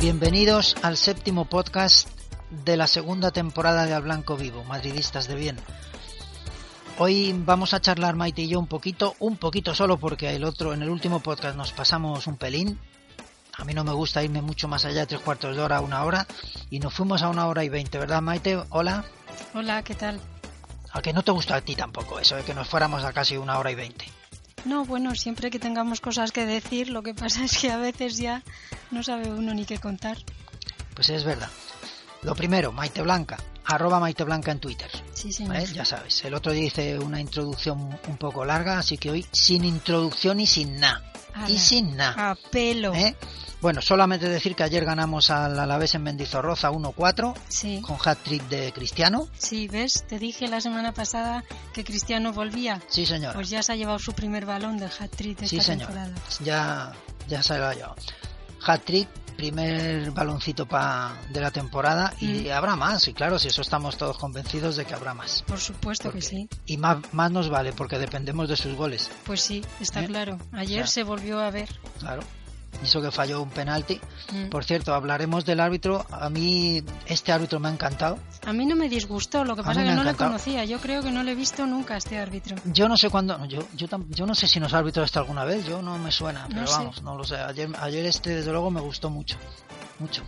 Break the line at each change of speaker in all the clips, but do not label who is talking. Bienvenidos al séptimo podcast de la segunda temporada de Al Blanco Vivo, Madridistas de Bien. Hoy vamos a charlar Maite y yo un poquito, un poquito solo porque el otro, en el último podcast nos pasamos un pelín. A mí no me gusta irme mucho más allá de tres cuartos de hora a una hora y nos fuimos a una hora y veinte, ¿verdad Maite? Hola.
Hola, ¿qué tal?
A que no te gusta a ti tampoco eso de que nos fuéramos a casi una hora y veinte.
No, bueno, siempre que tengamos cosas que decir, lo que pasa es que a veces ya no sabe uno ni qué contar.
Pues es verdad. Lo primero, Maite Blanca, arroba Maite Blanca en Twitter.
Sí, señor.
¿Eh? Ya sabes, el otro día hice una introducción un poco larga, así que hoy sin introducción y sin nada. Y sin nada.
A Ah, pelo.
¿Eh? Bueno, solamente decir que ayer ganamos al Alavés en Mendizorroza 1-4
Sí.
con hat-trick de Cristiano.
Sí, ¿ves? Te dije la semana pasada que Cristiano volvía.
Sí, señora.
Pues ya se ha llevado su primer balón del hat-trick de
sí,
esta
señor.
temporada.
Ya, ya se lo ha llevado. Hat-trick, primer baloncito pa de la temporada y
Mm.
habrá más. Y claro, si eso estamos todos convencidos de que habrá más.
Por supuesto que sí.
Y más, más nos vale porque dependemos de sus goles.
Pues sí, está
¿Eh?
claro. Ayer
O sea.
se volvió a ver.
Claro. Y Eso que falló un penalti.
Mm.
Por cierto, hablaremos del árbitro. A mí este árbitro me ha encantado.
A mí no me disgustó, lo que
A
pasa
mí
es
me
que
ha
no le
encantado.
conocía. Yo creo que no le he visto nunca a este árbitro.
Yo no sé cuándo, yo, yo, tam- yo no sé si nos ha arbitrado esto alguna vez, yo no me suena, pero
sé.
vamos, no lo sé. Ayer, ayer este desde luego me gustó mucho, mucho.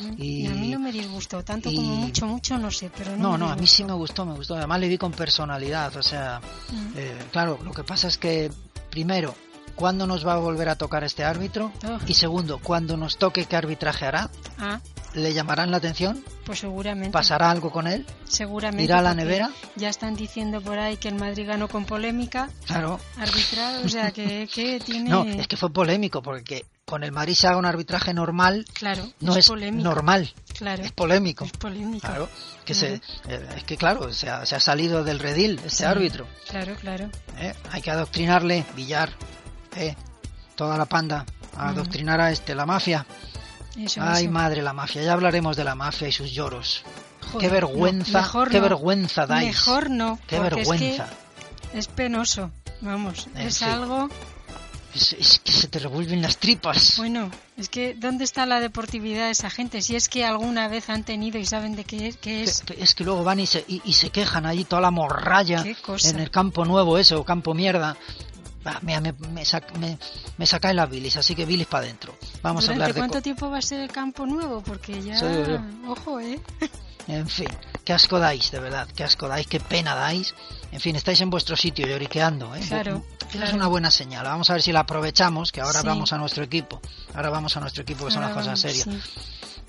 Mm.
Y-
Y... a mí no me disgustó, tanto como
y-
mucho, mucho, no sé. Pero no,
No,
me
no, a mí
disgustó.
sí me gustó, me gustó. Además le vi con personalidad, o sea,
Mm.
eh, claro, lo que pasa es que primero, ¿cuándo nos va a volver a tocar este árbitro?
Oh.
Y segundo, cuando nos toque qué arbitraje hará,
Ah,
le llamarán la atención,
pues seguramente.
pasará algo con él,
Seguramente.
irá a la
porque
nevera,
Ya están diciendo por ahí que el Madrid ganó con polémica
claro,
arbitral, o sea que, que tiene.
No, es que fue polémico, porque con el Madrid se haga un arbitraje normal,
Claro,
no es,
polémica.
normal,
Claro,
es polémico.
es polémica.
Claro, que se, eh, es que claro, se ha, se ha salido del redil este
Sí.
árbitro.
Claro, claro.
¿eh? Hay que adoctrinarle, Villar, ¿eh? toda la panda, a
Ujú.
adoctrinar a este, la mafia.
Eso,
Ay,
eso.
madre, la mafia, ya hablaremos de la mafia y sus lloros.
Joder,
qué
no,
vergüenza,
mejor
qué
no.
vergüenza dais.
Mejor no.
qué
porque es que
vergüenza.
Es, penoso. Vamos,
Eh,
es
sí.
algo.
Es, es que se te revuelven las tripas.
Bueno, es que ¿dónde está la deportividad de esa gente? Si es que alguna vez han tenido y saben de qué, qué es.
Que- Es que luego van y se, y, y se quejan allí toda la morralla
Qué cosa.
en el campo nuevo ese o campo mierda. Ah, mira, me, me, sac- me, me sacáis las bilis, así que bilis para adentro. Vamos a
¿Durante
hablar de...
cuánto
co-
tiempo va a ser el campo nuevo? Porque ya.
Eso digo yo.
Ojo, ¿eh?
En fin, qué asco dais, de verdad, qué asco dais, qué pena dais. En fin, estáis en vuestro sitio lloriqueando. ¿eh?
Claro,
Esa es
claro.
una buena señal. Vamos a ver si la aprovechamos, que ahora
Sí.
vamos a nuestro equipo. Ahora vamos a nuestro equipo, que son las
Ahora
cosas
vamos,
serias.
sí.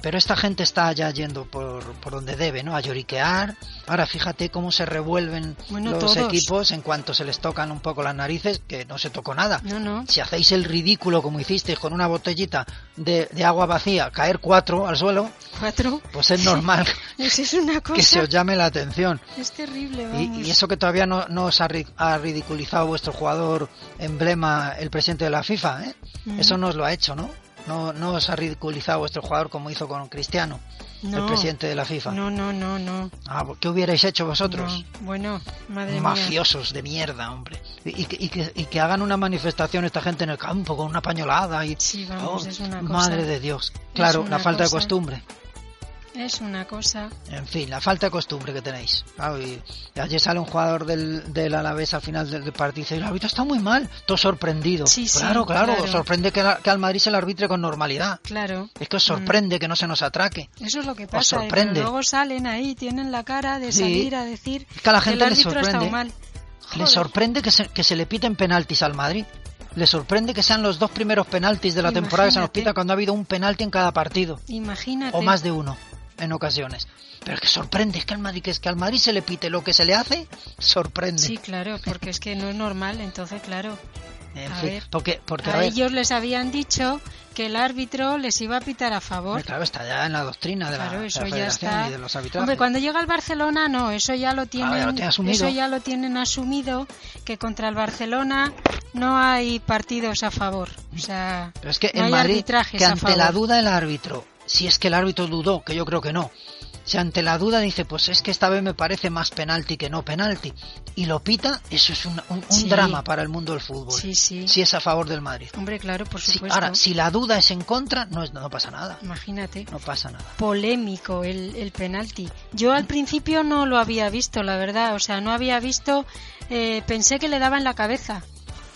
Pero esta gente está ya yendo por, por donde debe, ¿no? A lloriquear. Ahora fíjate cómo se revuelven
Bueno,
los
todos.
equipos en cuanto se les tocan un poco las narices, que no se tocó nada.
No, no.
Si hacéis el ridículo como hicisteis con una botellita de, de agua vacía, caer cuatro al suelo,
Cuatro.
pues es normal
Eso es una cosa.
que se os llame la atención.
Es terrible,
Y,
Pues vamos.
y eso que todavía no, no os ha, ri- ha ridiculizado vuestro jugador emblema, el presidente de la FIFA, ¿eh?
Mm.
Eso no os lo ha hecho, ¿no? ¿no? No os ha ridiculizado vuestro jugador como hizo con Cristiano, el
No.
presidente de la FIFA.
No, no, no, no.
Ah, ¿Qué hubierais hecho vosotros?
No. Bueno, madre mía.
Mafiosos de mierda, hombre. Y, y que- y que, y que hagan una manifestación esta gente en el campo con una pañolada y... Oh,
Sí, vamos, pues es una cosa.
Madre de Dios. Claro,
una
la falta de
cosa.
costumbre.
Es una cosa.
En fin, la falta de costumbre que tenéis. Claro, y ayer sale un jugador del, del Alavés al final del partido y dice, el árbitro está muy mal. Todo sorprendido.
Sí, sí,
claro, claro,
claro.
Sorprende que, la- que al Madrid se le arbitre con normalidad.
Claro.
Es que os sorprende que no se nos atraque.
Eso es lo que pasa. y
sorprende.
pero luego salen ahí, tienen la cara de
Sí.
salir a decir
Es que a la gente
el
le
árbitro ha estado
sorprende.
mal.
Le
Joder,
sorprende que se, que se le piten penaltis al Madrid. Le sorprende que sean los dos primeros penaltis de la temporada que se nos
Imagínate.
pita cuando ha habido un penalti en cada partido.
Imagínate.
O más de uno en ocasiones. Pero es que sorprende, es que al Madrid, que es que al Madrid se le pite lo que se le hace, sorprende.
Sí, claro, porque es que no es normal, entonces, claro.
en
a
fin,
ver.
porque, porque a
A
ver,
ellos les habían dicho que el árbitro les iba a pitar a favor.
claro, está ya en la doctrina de la,
Claro,
de la
eso ya
federación
está.
y de los arbitrajes.
Hombre, cuando llega el Barcelona, no, eso ya lo tienen,
ya lo tiene asumido.
eso ya lo tienen asumido que contra el Barcelona no hay partidos a favor, o sea,
Pero es que
no
en
hay
Madrid,
arbitrajes
que
a
ante
favor.
la duda del árbitro, si es que el árbitro dudó, que yo creo que no, si ante la duda dice, pues es que esta vez me parece más penalti que no penalti, y lo pita, eso es un, un- un
Sí.
drama para el mundo del fútbol.
Sí, sí.
Si es a favor del Madrid.
Hombre, claro, por
Si-
supuesto.
ahora, si la duda es en contra, no, es, no pasa nada.
Imagínate.
No pasa nada.
polémico el, el penalti. Yo al principio no lo había visto, la verdad. O sea, no había visto. eh, pensé que le daba en la cabeza.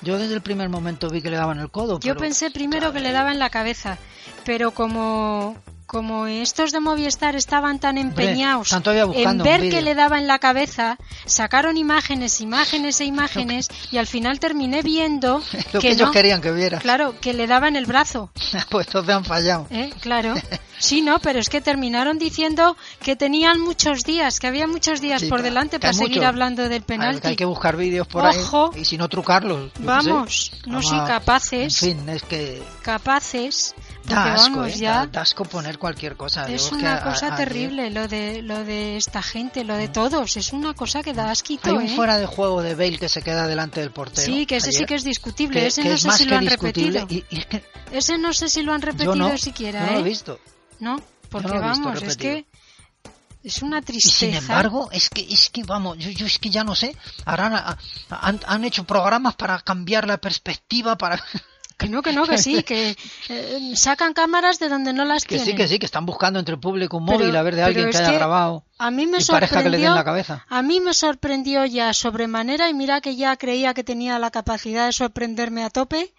Yo desde el primer momento vi que le daban el codo.
Yo
pero- eh.
pensé primero que le daba en la cabeza. Pero como, como estos de Movistar estaban tan empeñados
están todavía
en
buscando un
ver
vídeo.
que le daba en la cabeza, sacaron imágenes, imágenes e imágenes. Y al final terminé viendo
Lo que,
que
ellos
no.
querían que viera.
Claro, que le daba en el brazo.
pues entonces han fallado.
Eh, claro. Sí, no, pero es que terminaron diciendo que tenían muchos días, que había muchos días
Sí,
por
claro,
delante
que
para
hay
seguir
mucho.
hablando del
Hay,
penalti.
hay que buscar vídeos por
Ojo.
ahí y si no trucarlos. yo qué sé. Ah,
Vamos, no soy capaces.
En fin, es que
Capaces, porque
da asco,
vamos
eh,
ya.
da- da asco poner cualquier cosa. Yo
es
que
una
a-
cosa
ayer-
terrible lo de lo de esta gente, lo de todos. Es una cosa que da asquito,
Hay un
¿eh?
fuera de juego de Bale que se queda delante del portero.
Sí, que ese sí
ayer,
que es discutible.
que-
ese
que
no
es
sé
más
si
que
lo han
discutible
repetido.
Y, y es que
Ese no sé si lo han repetido
yo no,
siquiera,
yo no lo
¿eh?
he visto.
No, porque
lo he visto
vamos, es que
repetido.
es una
Y
tristeza.
sin embargo, es que, es que vamos, yo, yo es que ya no sé. Harán, a- a- han, han hecho programas para cambiar la perspectiva, para
Que no, que no, que sí, que eh, sacan cámaras de donde no las
que sí,
tienen.
que sí, que están buscando entre el público un
Pero-
móvil a ver de
pero
alguien que
es
haya
que
grabado.
A mí me
Y
sorprendió.
pareja que le den la cabeza.
A mí me sorprendió ya sobremanera y mira que ya creía que tenía la capacidad de sorprenderme a tope.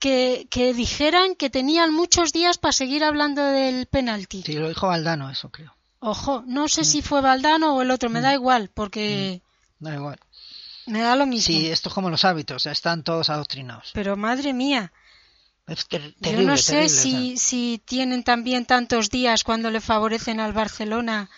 Que, que dijeran que tenían muchos días para seguir hablando del penalti.
Sí, Mm. lo dijo Valdano, eso creo.
Ojo, no sé si fue Valdano o el otro, me
Mm.
da igual, porque
Da igual.
me da lo mismo.
Mm. Sí, esto es como los hábitos, están todos adoctrinados.
Pero madre mía,
Es que terrible,
yo no sé
terrible,
si,
o
si tienen también tantos días cuando le favorecen al Barcelona.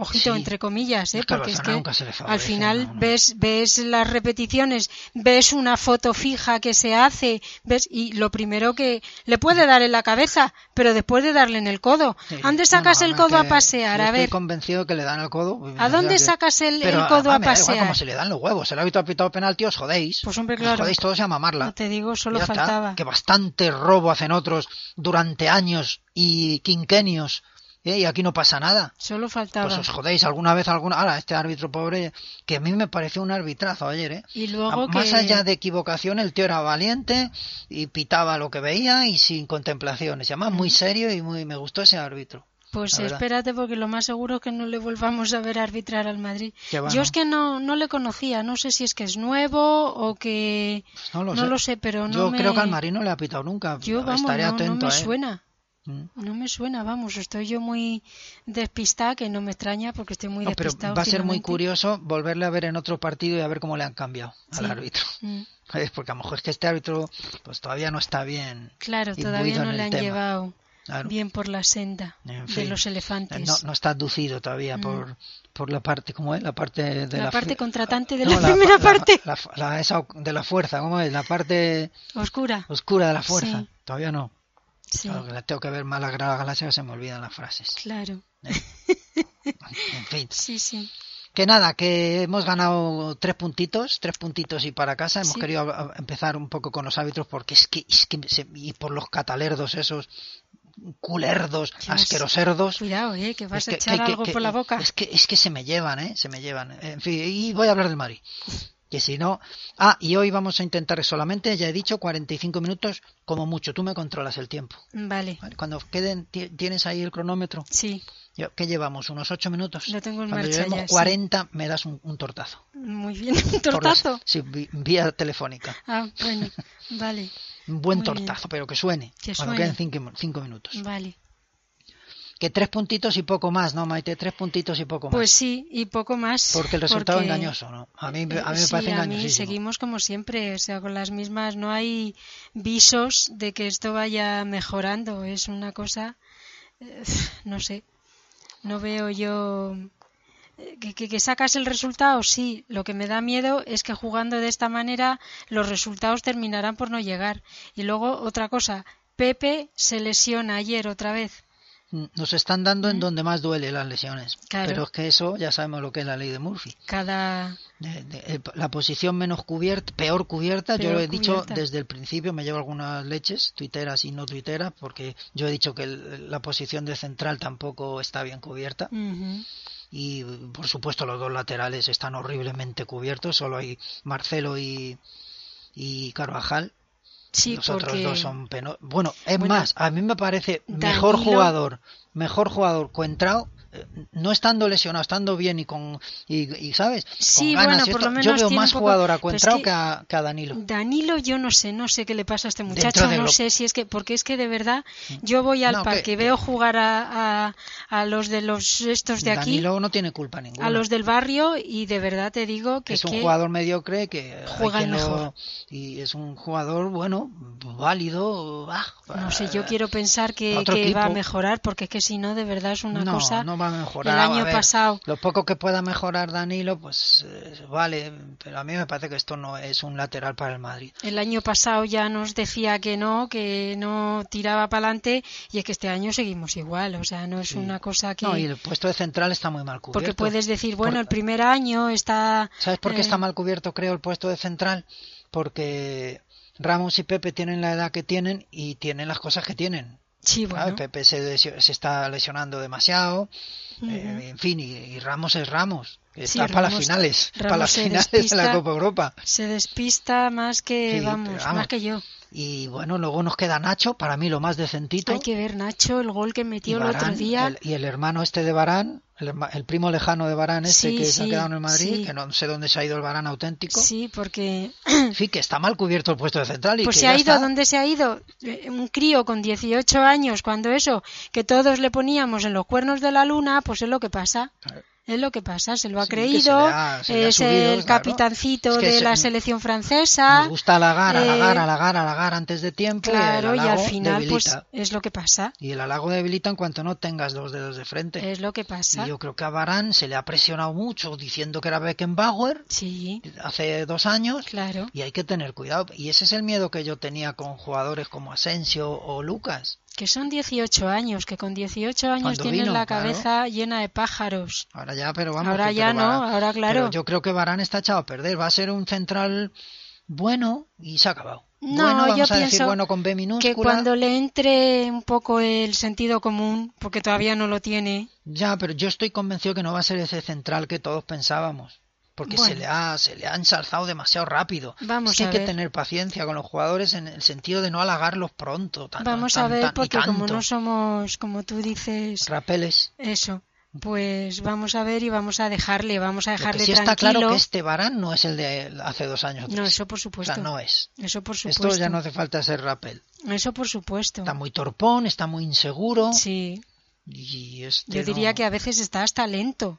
Ojito,
Sí.
entre comillas, ¿eh?
Es que al
porque es
Barcelona
que
nunca se le
al
favorece,
final
no, no.
ves ves las repeticiones, ves una foto fija que se hace, ves y lo primero que le puede dar en la cabeza, pero después de darle en el codo,
sea. Sí,
¿dónde
no,
sacas
no,
el
es
codo a
que
pasear?
yo
A
estoy
ver,
convencido que le dan el codo. Uy,
¿a
mira,
dóname,
que-
dónde sacas el,
Pero,
el codo
ah,
a
me da igual
pasear?
como se le dan los huevos. El hábito ha pitado penalti, os jodéis.
Pues hombre,
Os
claro.
jodéis todos y a mamarla.
No te digo, solo
Ya está,
faltaba.
que bastante robo hacen otros durante años y quinquenios. ¿eh? Y aquí no pasa nada.
Solo faltaba.
Pues os jodéis alguna vez alguna. Ahora, este árbitro pobre, que a mí me pareció un arbitrazo ayer, ¿eh?
y luego
A- Más
que
allá de equivocación, el tío era valiente y pitaba lo que veía y sin contemplaciones. Y además, muy serio y muy me gustó ese árbitro.
Pues
la verdad.
espérate, porque lo más seguro es que no le volvamos a ver arbitrar al Madrid.
Que va,
Yo
¿no?
es que no, no le conocía, no sé si es que es nuevo o que.
Pues no lo
no
sé.
lo sé, pero no.
Yo
me-
creo que al Marino le ha pitado nunca.
Yo, vamos,
Estaré
no, no
atento ¿eh?
me
a él.
suena.
Mm.
No me suena, vamos, estoy yo muy despistada, que no me extraña porque estoy muy
No, pero
despistada.
va a ser muy
últimamente.
curioso volverle a ver en otro partido y a ver cómo le han cambiado al árbitro.
Mm,
¿Sabes? Porque a lo mejor es que este árbitro pues todavía no está bien.
Claro,
imbuido
todavía
en
no
el
le han
tema.
llevado
Claro.
bien por la senda
En
de
fin.
los
Eh,
elefantes.
No, no está aducido todavía por, por la parte, ¿cómo es? La parte de
Mm. la,
la,
parte
fri-
contratante de
No,
la, primera
la-
parte.
la- la- la- esa de la fuerza, ¿cómo es? La parte
Oscura.
oscura de la fuerza.
Sí.
Todavía no.
Sí,
Claro que la tengo que ver más la Gran Galaxia que se me olvidan las frases.
claro.
En fin.
Sí, sí.
Que nada, que hemos ganado tres puntitos, tres puntitos y para casa. Hemos
Sí.
querido a- a- empezar un poco con los árbitros porque es que, es que se- y por los catalerdos esos, culerdos,
Dios.
asqueroserdos.
Cuidado, ¿eh? Que vas
Pues Es que-
a echar
que- que-
algo
que-
por la boca.
¿eh? Es que, es que se me llevan, ¿eh? Se me llevan. En fin, y voy a hablar del Madrid. Que si no. Ah, y hoy vamos a intentar solamente, ya he dicho, 45 minutos como mucho. Tú me controlas el tiempo.
Vale.
¿vale? Cuando queden, ti- tienes ahí el cronómetro.
Sí,
Yo- ¿Qué llevamos? ¿Unos 8 minutos?
Lo tengo en
Cuando
marcha
llevemos
ya, sí.
40, me das un, un tortazo.
muy bien.
Por
¿Un
las-
tortazo?
sí, vi- vía telefónica.
Ah, bueno, vale,
Un buen
Muy bien.
tortazo, pero que suene.
Que
cuando
suene.
queden 5 minutos.
vale.
Que tres puntitos y poco más, ¿no, Maite? Tres puntitos y poco más.
Pues sí, y poco más.
porque el resultado
porque-
es engañoso, ¿no? A mí, a mí me
Eh, sí,
parece
a mí
engañosísimo.
seguimos como siempre, o sea, con las mismas, no hay visos de que esto vaya mejorando, es una cosa, eh, no sé, no veo yo eh, que, que- que sacas el resultado, sí, lo que me da miedo es que jugando de esta manera los resultados terminarán por no llegar. Y luego otra cosa, Pepe se lesiona ayer otra vez.
Mm, Nos están dando en donde más duele las lesiones.
Claro.
Pero es que eso ya sabemos lo que es la ley de Murphy.
Cada
De- de- el- la posición menos cubierta, peor cubierta, yo
Peor
lo he dicho
cubierta.
desde el principio, me llevo algunas leches, tuiteras y no tuiteras, porque yo he dicho que el- la posición de central tampoco está bien cubierta.
Ujú.
Y por supuesto los dos laterales están horriblemente cubiertos, solo hay Marcelo y, y Carvajal.
Sí,
los otros
porque-
dos son penosos. Bueno, es
Bueno,
más, a mí me parece
Danilo-
mejor jugador, mejor jugador Cuentrao, eh, no estando lesionado, estando bien y con y, y, sabes,
Sí,
con ganas
bueno,
y
por
esto,
lo
yo
menos
veo
tiene
más
un poco-
jugador a
pero es
Cuentrao
que-
que, a, que a Danilo.
Danilo, yo no sé, no sé qué le pasa a este
Dentro
muchacho,
de
no
lo- Mm.
sé si es que, porque es que de verdad, yo voy al
No, que-
parque,
que-
veo jugar a, a- a los de los estos de aquí,
Danilo no tiene culpa ninguna.
a los del barrio, y de verdad te digo que
es un
que-
jugador mediocre que hay
juega el
quien lo-
mejor.
y es un jugador bueno, válido, ah,
no sé, yo quiero pensar que,
Otro
que va a
equipo.
mejorar, porque es que si no, de verdad es una
no,
cosa.
no va a mejorar.
el año
A ver,
pasado.
Lo poco que pueda mejorar Danilo, pues eh, vale, pero a mí me parece que esto no es un lateral para el Madrid.
El año pasado ya nos decía que no, que no tiraba para adelante, y es que este año seguimos igual, o sea, no es una cosa que.
No, y el puesto de central está muy mal cubierto.
porque puedes decir, bueno,
Por-
el primer año está.
¿Sabes por qué
eh,
está mal cubierto, creo, el puesto de central? Porque Ramos y Pepe tienen la edad que tienen y tienen las cosas que tienen.
Sí,
¿sabes?
bueno.
Pepe se, lesio- se está lesionando demasiado, eh,
Ujú.
en fin, y, y Ramos es Ramos. que
Sí,
Está para las
Ramos-
finales, para
Ramos
las
se
finales de
despista.
la Copa Europa.
Se despista más que,
Sí,
vamos,
pero vamos.
más que yo.
Y bueno, luego nos queda Nacho, para mí lo más decentito.
Hay que ver, Nacho, el gol que
y,
metió el
Varane,
otro día.
el- y el hermano este de Barán, el, herma- el primo lejano de Barán este
Sí,
que se ha
sí,
quedado en el Madrid,
sí.
que no sé dónde se ha ido el Barán auténtico. Sí,
Sí, porque
que está mal cubierto el puesto de central y
pues
que
se
ya
ha ido
está.
a donde se ha ido. Eh, Un crío con 18 años, cuando eso, que todos le poníamos en los cuernos de la luna, pues es lo que pasa. Es lo que pasa, se lo ha
Sí, que se le
creído,
ha- se le ha
es
subido,
el
claro.
capitancito
Es que
de
se-
la selección francesa.
Nos gusta halagar,
eh,
halagar, halagar, halagar antes de tiempo
Claro,
y el
y al
halago
final, pues
debilita.
es lo que pasa.
Y el halago debilita en cuanto no tengas dos dedos de frente.
Es lo que
y
pasa.
yo creo que a Barán se le ha presionado mucho diciendo que era Beckenbauer
Sí,
hace dos años
claro.
Y hay que tener cuidado. Y ese es el miedo que yo tenía con jugadores como Asensio o Lucas.
Que son 18 años, que con 18 años
Cuando
tienen
vino,
la
claro.
cabeza llena de pájaros.
Ahora ya, pero vamos.
Ahora
que-
ya
pero
no,
Varane-
ahora claro.
pero yo creo que Barán está echado a perder. Va a ser un central bueno y se ha acabado.
No,
bueno, vamos
yo
a decir
pienso
bueno con B minúscula.
Que cuando le entre un poco el sentido común, porque todavía no lo tiene,
Ya, pero yo estoy convencido que no va a ser ese central que todos pensábamos. Porque se,
Bueno.
le ha, se le ha ensalzado demasiado rápido.
Vamos
Es que
a
hay que
ver.
tener paciencia con los jugadores en el sentido de no halagarlos pronto. tan-
vamos
tan-
a ver,
tan- y
porque como
tanto.
no somos, como tú dices,
Rapeles.
eso, pues vamos a ver y vamos a dejarle, vamos a
Lo que
dejarle
sí está
tranquilo.
claro que este Barán no es el de hace dos años. o
No,
tres.
eso por
O
supuesto.
sea, no es.
Eso por supuesto.
Esto ya no hace falta ser rappel.
Eso por supuesto.
Está muy torpón, está muy inseguro.
Sí,
Y este
yo diría
no-
que a veces está hasta lento.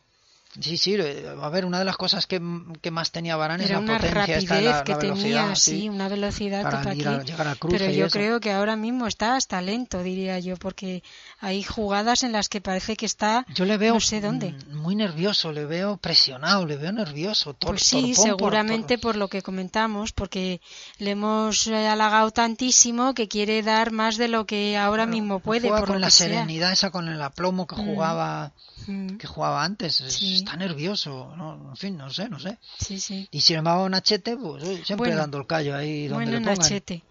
Sí, sí. eh, A ver, una de las cosas que, que más tenía Barán es
Era
la
una
potencia,
rapidez
esta, la, la
que
velocidad.
tenía, sí,
sí.
una velocidad
Para
topa
ir a-
aquí.
llegar al cruce
Pero
y
yo
eso.
creo que ahora mismo está hasta lento, diría yo, porque hay jugadas en las que parece que está
Yo le veo
no sé dónde.
mm, muy nervioso, le veo presionado, le veo nervioso. tor-
Pues sí,
torpón por-
seguramente
por-
por lo que comentamos, porque le hemos eh, halagado tantísimo que quiere dar más de lo que ahora mismo puede,
Juega
por
con
lo
la
que sea.
serenidad esa, con el aplomo que jugaba,
Mm,
que jugaba antes. Es-
Sí.
Está nervioso. ¿no? En fin, no sé, no sé.
Sí, sí.
Y sin embargo, Nachete, pues uy, siempre
Bueno.
dando el callo ahí donde
Bueno,
le pongan.
Nachete,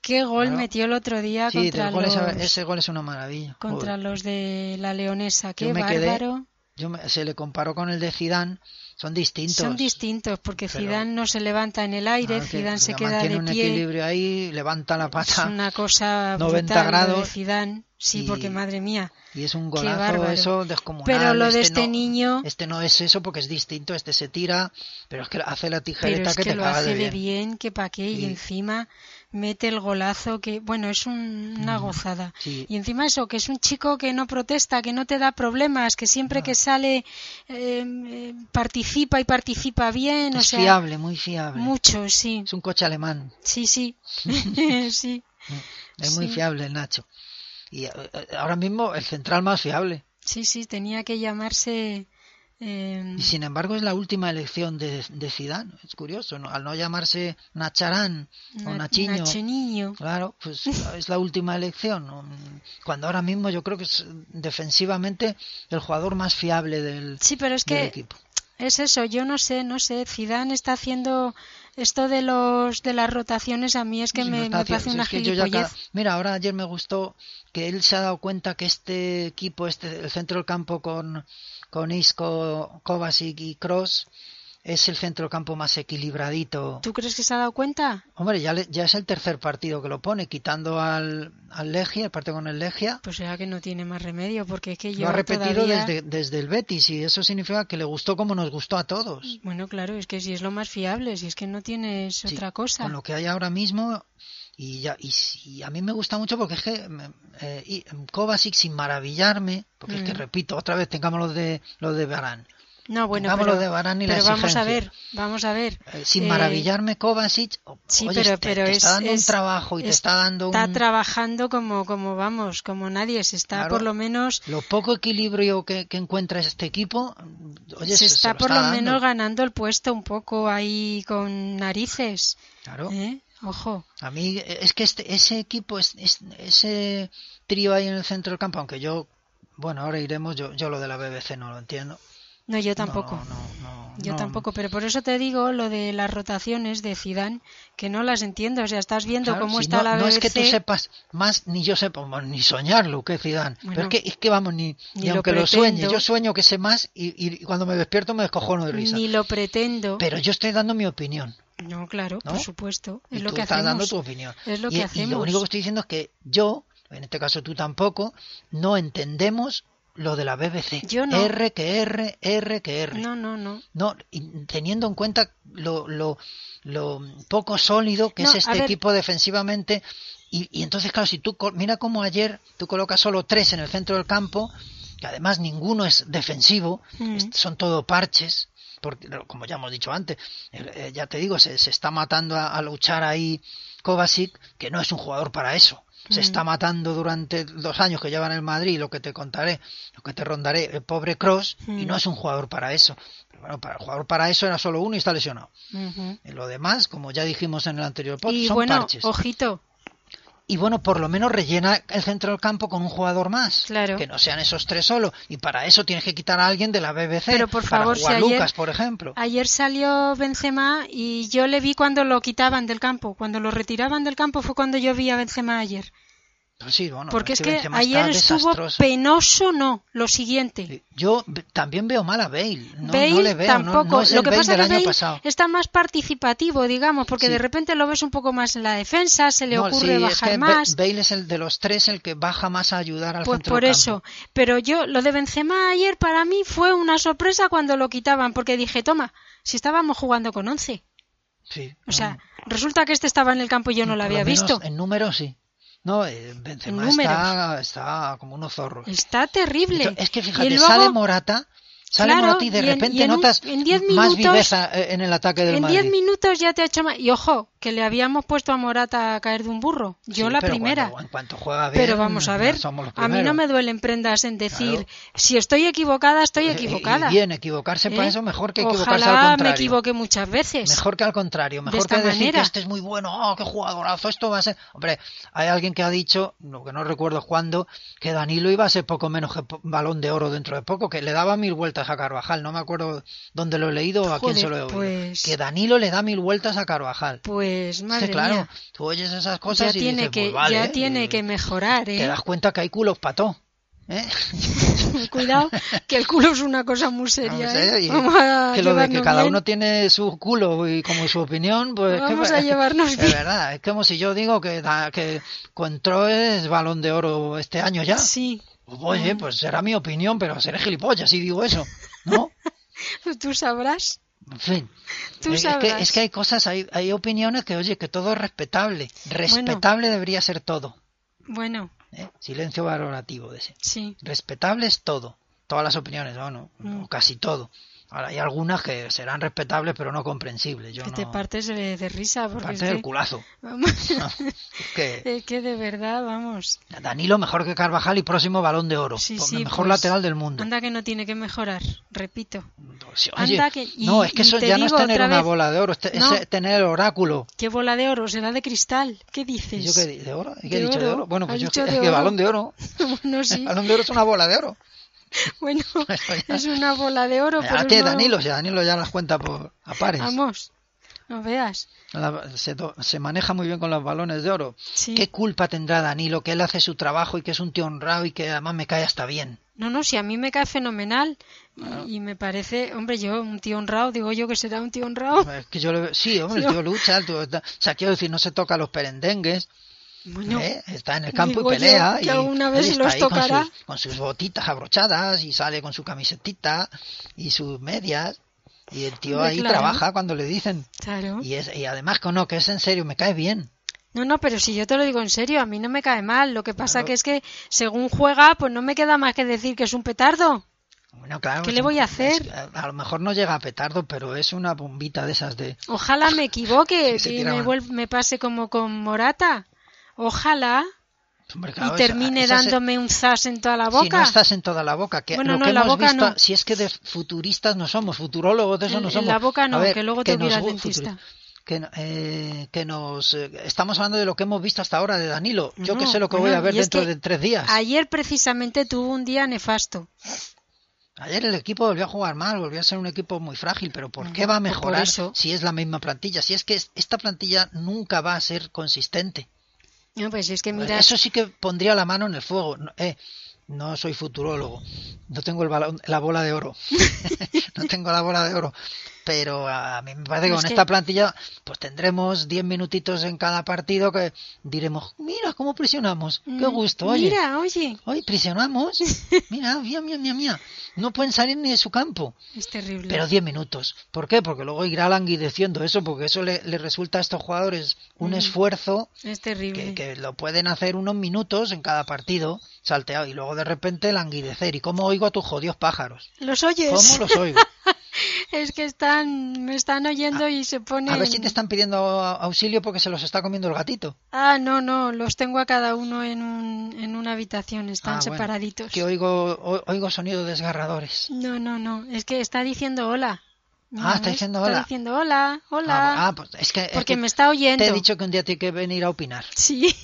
qué gol
Claro.
metió el otro día
Sí,
contra,
del gol
los,
esa- ese gol es una maravilla.
contra
Joder.
los de la Leonesa. Qué
Yo me quedé-
bárbaro.
Yo me- se le comparó con el de Zidane Son distintos.
Son distintos porque
Pero-
Zidane no se levanta en el aire,
Claro, que
Zidane se
la
queda
mantiene
de
un
pie.
equilibrio ahí, levanta la
Es
pata
una cosa
90
brutal lo de
grados
Zidane. Sí,
y-
porque madre mía.
y es un
Qué
golazo
bárbaro.
eso descomunal.
Pero lo de este
no-
niño,
Este no es eso porque es distinto, este se tira, pero es que hace la
pero
tijereta
es
que,
que
te
lo
cagas de
hace
bien.
de bien, que pa' qué, y
Sí.
encima mete el golazo que, bueno, es un- una gozada.
sí.
Y encima eso, que es un chico que no protesta, que no te da problemas, que siempre que sale eh, eh, participa y participa bien, o
es
sea,
fiable, muy fiable.
mucho, sí,
Es un coche alemán,
sí, sí, sí,
es muy
Sí.
fiable el Nacho. Y eh, eh, ahora mismo el central más fiable.
sí, sí, tenía que llamarse eh,
Y sin embargo es la última elección de, de Zidane. Es curioso, ¿no? al no llamarse Nacharán o
Na-
Nachiño.
Nachiniño.
Claro, pues es la última elección. ¿no? Cuando ahora mismo yo creo que es defensivamente el jugador más fiable del,
Sí, pero es
del
que
equipo.
Es eso, yo no sé, no sé. Zidane está haciendo esto de los de las rotaciones a mí es que
Sí, no
me,
está
me
haciendo-
parece
si
una
es que yo ya
gilipollez.
cada- Mira, ahora ayer me gustó que él se ha dado cuenta que este equipo, este el centro del campo con, con Isco, Kovacic y Cross, es el centro del campo más equilibradito.
¿Tú crees que se ha dado cuenta?
Hombre, ya, le- ya es el tercer partido que lo pone, quitando al, al Legia, el partido con el Legia.
Pues será que no tiene más remedio porque es que yo
Lo ha repetido
todavía-
desde, desde el Betis y eso significa que le gustó como nos gustó a todos.
Bueno, claro, es que si es lo más fiable, si es que no tienes
Sí,
otra cosa.
Con lo que hay ahora mismo. Y, ya, y, si- a mí me gusta mucho porque es que mm, eh, y- mm, Kovacic, sin maravillarme, porque es que
Mm.
repito, otra vez tengamos los de, los de Barán.
No, bueno,
Pongámoslo
pero,
de Varane y la
pero vamos a ver,
exigencia.
vamos a ver.
sin
Eh,
maravillarme, Kovacic, o-
Sí,
oye,
pero,
te,
pero
te
es,
está dando
es-
un trabajo y te está dando
está
un.
trabajando como, como vamos, como nadie. Se está
Claro.
por lo menos
Lo poco equilibrio que, que encuentra este equipo, oye,
se
se, se
está por lo
dando.
menos ganando el puesto un poco ahí con narices.
Claro.
¿eh? Ojo.
A mí eh, es que este, ese equipo, es, es- ese trío ahí en el centro del campo, aunque yo, bueno, ahora iremos, yo, yo lo de la BBC no lo entiendo.
No, yo tampoco.
No, no, no,
yo
no.
tampoco. Pero por eso te digo lo de las rotaciones de Zidane, que no las entiendo. O sea, estás viendo
Claro,
cómo
si
está
no,
la BBC.
no es que tú sepas más, ni yo sepa, bueno, ni soñarlo, que Zidane.
Bueno,
Pero es que, es que vamos, ni,
ni
ni
lo
aunque lo
pretendo.
sueñe, yo sueño que sé más y, y cuando me despierto me descojono de risa.
Ni lo pretendo.
Pero yo estoy dando mi opinión.
No, claro,
¿No?
por supuesto. Es
y
lo
tú
que
estás
hacemos.
dando tu opinión.
Es lo
y,
que
y
hacemos.
lo único que estoy diciendo es que yo, en este caso tú tampoco, no entendemos lo de la BBC.
Yo no.
R que R, R que R.
No, no, no.
No, y teniendo en cuenta lo, lo, lo poco sólido que
No,
es
a
este
ver.
equipo defensivamente. Y, y entonces, claro, si tú co- mira cómo ayer tú colocas solo tres en el centro del campo, que además ninguno es defensivo,
Mm.
es- son todo parches, porque lo- como ya hemos dicho antes, el- eh, ya te digo, se, se está matando a, a luchar ahí Kovacic, que no es un jugador para eso. Se
Mm.
está matando durante los años que lleva en el Madrid, lo que te contaré, lo que te rondaré, el pobre Cross, y
Mm.
no es un jugador para eso. Pero bueno, para el jugador para eso era solo uno y está lesionado.
Ujú.
En lo demás, como ya dijimos en el anterior podcast,
Y
son
bueno,
parches.
ojito.
Y bueno, por lo menos rellena el centro del campo con un jugador más.
Claro.
Que no sean esos tres solo. Y para eso tienes que quitar a alguien de la BBC.
Pero, por
para
favor,
jugar
si ayer-
Lucas, por ejemplo.
Ayer salió Benzema y yo le vi cuando lo quitaban del campo. Cuando lo retiraban del campo fue cuando yo vi a Benzema ayer.
Pues sí, bueno,
Porque es que,
Benzema está
ayer estuvo
desastroso.
penoso, no, lo siguiente.
Sí. Yo b- también veo mal a Bale. No,
Bale
no le veo. no-
tampoco.
no es
lo
el
que
Bale
pasa
del
que
año
Bale
pasado.
está más participativo, digamos, porque
Sí.
de repente lo ves un poco más en la defensa, se le
No, sí,
ocurre
es
bajar
que Ba-
más.
Bale es el de los tres el que baja más a ayudar al
Pues
centro
por
del
eso.
campo.
Pero yo, lo de Benzema ayer para mí fue una sorpresa cuando lo quitaban, porque dije, toma, si estábamos jugando con 11.
Sí,
O
no,
sea, resulta que este estaba en el campo y yo no lo
Mm. por
había
menos
visto.
En números sí. No, eh, Benzema
En números.
está, está como unos zorros.
Está terrible.
Entonces, Es que fíjate,
y luego,
sale Morata, sale
Claro,
Morata y de
y en-
repente
y en un-
notas
en 10
más
minutos-
viveza eh, en el ataque del
en
Madrid.
10 minutos ya te ha hecho más. Y ojo, que le habíamos puesto a Morata a caer de un burro.
Sí,
Yo la
pero
primera.
cuando- en cuanto juega bien,
Pero vamos a ver,
somos los
a mí no
primeros.
me duelen prendas en decir,
Claro.
si estoy equivocada, estoy
Eh,
equivocada.
Y bien, equivocarse para
¿Eh?
eso mejor que equivocarse al
Ojalá
contrario.
me equivoque muchas veces.
Mejor que al contrario, mejor
esta
que decir que
manera.
este es muy bueno, oh, qué jugadorazo, esto va a ser. Hombre, hay alguien que ha dicho, no, que no recuerdo cuándo, que Danilo iba a ser poco menos que po- balón de oro dentro de poco, que le daba mil vueltas a Carvajal, no me acuerdo dónde lo he leído o a quién
Joder,
se lo he oído.
pues-
Que Danilo le da mil vueltas a Carvajal.
Pues
Es que,
madre
claro,
mía,
tú oyes esas
ya
cosas y
tiene
dices,
que
pues vale,
ya
eh,
tiene que mejorar,
te
¿eh?
das cuenta que hay culos pató. ¿eh?
Cuidado, que el culo es una cosa muy seria.
Vamos
¿eh?
a- y-
Vamos a
que lo de que
llevarnos
cada
bien.
uno tiene su culo y como su opinión, pues... que
Vamos
va-
a llevarnos
Es
bien.
verdad, es como si yo digo que, da- que Cointreau es balón de oro este año ya.
Sí,
Oye, pues será mi opinión, pero seré gilipollas si digo eso, ¿no?
tú sabrás.
En fin.
Tú
es, es
sabrás.
que, es que hay cosas, hay, hay opiniones que, oye, que todo es respetable. Respetable debería ser todo.
Bueno,
¿eh? Silencio valorativo, de ese.
sí.
Respetable es todo. Todas las opiniones, bueno,
Mm.
o casi todo. Ahora, hay algunas que serán respetables, pero no comprensibles. Yo
que
no...
te partes de, de risa. Porque
parte
es
del
que- Eh.
culazo.
Vamos,
Es que
es que de verdad, vamos.
Danilo mejor que Carvajal y próximo balón de oro.
Sí,
Pues,
sí,
mejor
pues,
lateral del mundo.
Anda que no tiene que mejorar, repito.
Sí, oye,
anda que- y-
no, es que
y
eso
te
ya no es
digo
tener
otra
una
vez-
bola de oro, es, te-
No.
es tener el oráculo.
¿Qué bola de oro? ¿Será de cristal? ¿Qué
¿Y
dices?
yo qué, di- de oro? ¿Y qué
De
he dicho de
oro.
oro? Bueno, pues
Has
yo,
dicho
es
de
que
oro.
balón de oro.
Bueno, sí.
Balón de oro es una bola de oro.
Bueno,
Eso ya.
es una bola de oro, pero
Ahora tiene
no-
Danilo, si Danilo ya las cuenta por a pares.
Vamos, no veas.
La- se, do- se maneja muy bien con los balones de oro.
Sí.
¿Qué culpa tendrá Danilo que él hace su trabajo y que es un tío honrado y que además me cae hasta bien?
No, no, si a mí me cae fenomenal y- y me parece, hombre, yo un tío honrado, digo yo que será un tío honrado.
Es que yo le- sí, hombre, el tío lucha, el tío- o sea, quiero decir, no se toca los perendengues,
Bueno,
¿eh? está en el campo
Digo
y
yo
pelea.
que
y
alguna vez
él
los
está ahí con
tocará.
sus- Con sus, botitas abrochadas y sale con su camisetita y sus medias. Y el tío
Hombre,
ahí
claro.
trabaja cuando le dicen.
claro.
Y, es, y además, que no, que es en serio, me cae bien.
No, no, pero si yo te lo digo en serio, a mí no me cae mal. Lo que pasa que es que según juega, pues no me queda más que decir que es un petardo.
Bueno, claro,
¿Qué
es
le
un-
voy a
es-
hacer?
a, a lo mejor no llega a petardo, pero es una bombita de esas de.
Ojalá me equivoque
Sí, se
y
tira
me,
una.
vuel- me pase como con Morata. Ojalá
Hombre, claro,
y
esa-
termine
esa se-
dándome un zas en toda
Si
la
no
boca.
estás en toda la boca, que
Bueno,
lo
no,
que
en la
hemos
boca
visto,
no.
si es que de futuristas no somos, futurólogos de eso
En-
no
en
somos.
la boca no,
A ver,
que luego tengo que ir
nos
al
gu-
dentista.
futuri- Que, no- eh, que nos eh, estamos hablando de lo que hemos visto hasta ahora de Danilo. Yo que
No,
sé lo que voy
bueno,
a ver
y es
dentro
que
de tres días.
Ayer precisamente tuvo un día nefasto.
Ayer el equipo volvió a jugar mal, volvió a ser un equipo muy frágil, pero ¿por qué va a
pues por
mejorar
eso.
si es la misma plantilla? Si es que es- esta plantilla nunca va a ser consistente.
No, pues es que mira,
Eso sí que pondría la mano en el fuego. No, eh, no soy futurólogo. No tengo el balón, la bola de oro. no tengo la bola de oro. Pero a mí me parece que
Pero es
con
que-
esta plantilla pues tendremos 10 minutitos en cada partido que diremos, mira cómo presionamos. Qué
mm,
gusto, oye.
Mira, oye,
Hoy presionamos. Mira, mía, mía, mía, mía. No pueden salir ni de su campo.
es terrible.
Pero 10 minutos. ¿Por qué? Porque luego irá languideciendo eso, porque eso le, le resulta a estos jugadores un
Mm.
esfuerzo
es terrible.
que, que lo pueden hacer unos minutos en cada partido, salteado, y luego de repente languidecer. ¿Y cómo oigo a tus jodidos pájaros?
¿Los oyes?
¿Cómo los oigo?
Es que están, me están oyendo y se ponen...
Ah, A ver si te están pidiendo a- auxilio porque se los está comiendo el gatito.
Ah, no, no, los tengo a cada uno en, un, en una habitación, están
Ah, bueno,
separaditos.
Que oigo, o- oigo sonidos desgarradores.
No, no, no, es que está diciendo hola. Mira,
Ah, está
¿ves?
diciendo hola.
Está diciendo hola,
Ah,
hola.
ah, pues es que, es
porque
que
me está oyendo.
te he dicho que un día tiene que venir a opinar.
Sí.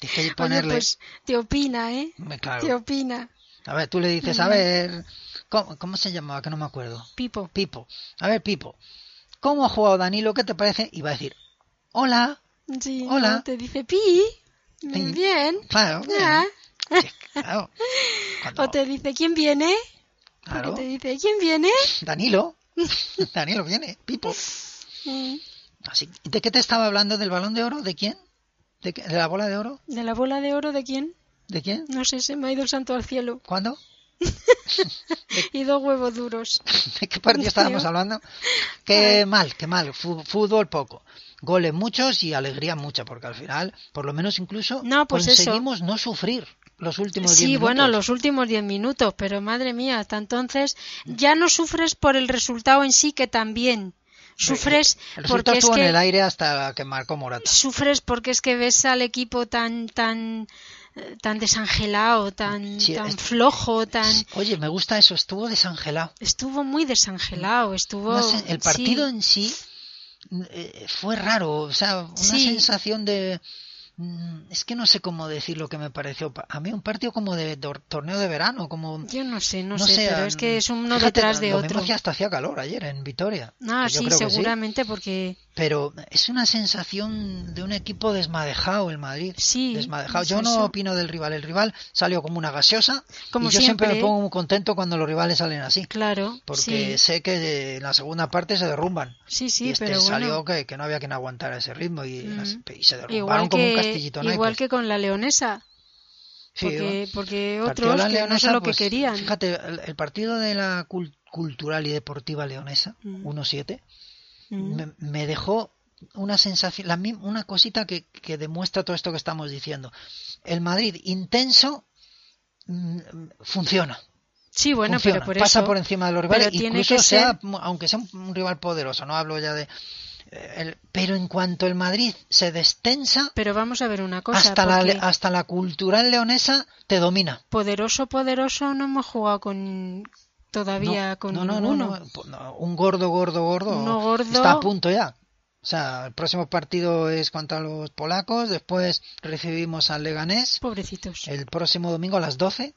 Tienes que
Oye,
ponerle...
pues te opina, ¿eh?
Me- claro.
Te opina.
A ver, tú le dices, a ver, ¿cómo, cómo se llamaba? Que no me acuerdo.
Pipo.
Pipo. A ver, Pipo, ¿cómo ha jugado Danilo? ¿Qué te parece? Y va a decir, hola.
Sí,
Hola.
¿no? Te dice pi.
Sí.
Bien.
Claro, bien.
Ah.
Sí, claro. Cuando-
O te dice quién viene.
claro,
Porque te dice quién viene.
Danilo. Danilo viene, Pipo.
Mm,
Así, ¿De qué te estaba hablando? ¿Del balón de oro? ¿De quién? ¿De, qué- de la bola de oro?
¿De la bola de oro de quién?
¿De quién?
No sé, se me ha ido el santo al cielo.
¿Cuándo? Eh.
Y dos huevos duros.
¿De qué partido estábamos
Tío.
hablando? Qué mal, qué mal. Fu- Fútbol poco. Goles muchos y alegría mucha, porque al final, por lo menos incluso,
No, pues eso.
conseguimos no sufrir los últimos 10
Sí,
minutos.
bueno, los últimos diez minutos, pero madre mía, hasta entonces ya no sufres por el resultado en sí, que también sufres
Eh, El resultado
porque es
estuvo en
que
el aire hasta que marcó Morata.
sufres porque es que ves al equipo tan tan eh, tan desangelado, tan
Sí,
tan
es-
flojo, tan
Oye, me gusta eso, estuvo desangelado.
estuvo muy desangelado, estuvo
No sé, el
sí.
partido en sí eh, fue raro, o sea, una
Sí.
sensación de... mm, Es que no sé cómo decir lo que me pareció. Pa- A mí un partido como de, de torneo de verano, como... ah,
Yo no sé, no, sé, pero es que es uno
fíjate,
detrás de
lo mismo
otro.
que hasta hacía calor ayer en Vitoria.
Ah,
que yo
sí,
creo que
seguramente porque
pero es una sensación de un equipo desmadejado el Madrid.
Sí,
Desmadejado.
es
Yo no
eso.
opino del rival. El rival salió como una gaseosa.
Como
y yo siempre, me
siempre.
pongo muy contento cuando los rivales salen así.
Claro,
Porque
sí,
sé que en la segunda parte se derrumban.
sí, sí,
y este
pero bueno.
salió que, que no había quien aguantara ese ritmo y,
Mm.
las- y se derrumbaron
igual
como
que,
un castillito en
igual
naipes.
que con la leonesa,
Sí,
porque, porque
partido
otros
la
que no
Leonesa,
sé lo que
pues,
querían.
Fíjate, el, el partido de la cul- cultural y deportiva leonesa,
Mm.
1-7,
Mm.
me, me dejó una sensación, la mim- una cosita que, que demuestra todo esto que estamos diciendo. El Madrid intenso mm, funciona.
Sí, bueno,
funciona,
pero por
pasa
eso
por encima de los
pero
rivales,
tiene
incluso
que
sea,
ser-
aunque sea un, un rival poderoso, no hablo ya de. eh, el- pero en cuanto el Madrid se destensa,
Pero vamos a ver una cosa,
hasta, la,
porque
le- hasta la cultural leonesa te domina.
poderoso, poderoso no hemos jugado con todavía
no,
con
no, no, no,
ninguno.
no, po- no, un gordo, gordo, gordo,
Uno gordo.
está a punto ya. O sea, el próximo partido es contra los polacos, después recibimos al Leganés,
Pobrecitos.
el próximo domingo a las 12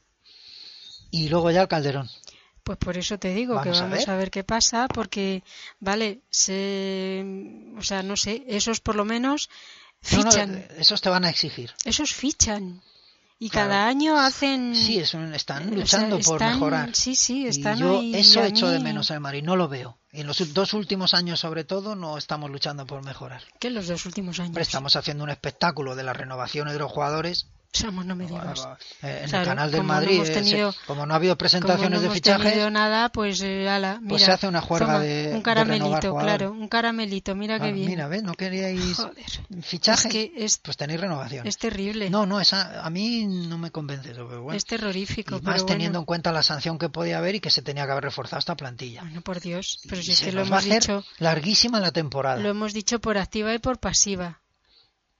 y luego ya al Calderón.
Pues por eso te digo
Vamos
que
a
vamos a ver.
ver.
qué pasa, porque, vale, se, o sea, no sé, esos por lo menos
No, eh, no,
fichan,
esos te van a exigir.
esos fichan. Y
Claro.
cada año hacen...
Sí, es un- están
Mm. o sea,
luchando por
están-
mejorar.
Sí, sí,
Y
están
yo
ahí,
eso
a
echo de
mí-
menos al Madrid, no lo veo. Y en los ul- dos últimos años, sobre todo, no estamos luchando por mejorar.
¿Qué los dos últimos años?
Hombre, estamos haciendo un espectáculo de las renovaciones de los jugadores.
Somos, no me digas.
Eh, En
Claro,
el canal del
como no
Madrid,
hemos
eh, se-
tenido-
como no ha habido
Como no
presentaciones de
hemos
fichajes,
tenido nada, pues eh, ala, mira,
se hace una juerga
toma,
de-
un
de
caramelito,
renovar jugadores.
claro, un caramelito, mira
Ah,
qué bien.
mira, ¿ves? No queríais
Joder,
fichajes,
es que este- es,
pues tenéis renovación.
es terrible,
No, no, esa, a mí no me convence eso, pero bueno.
es terrorífico,
y más
este pero
teniendo
bueno.
en cuenta la sanción que podía haber y que se tenía que haber reforzado esta plantilla.
Bueno, por Dios, pero si
Y
Pues es
se
que lo
nos va a
hemos
hacer
dicho,
larguísima la temporada.
lo hemos dicho por activa y por pasiva.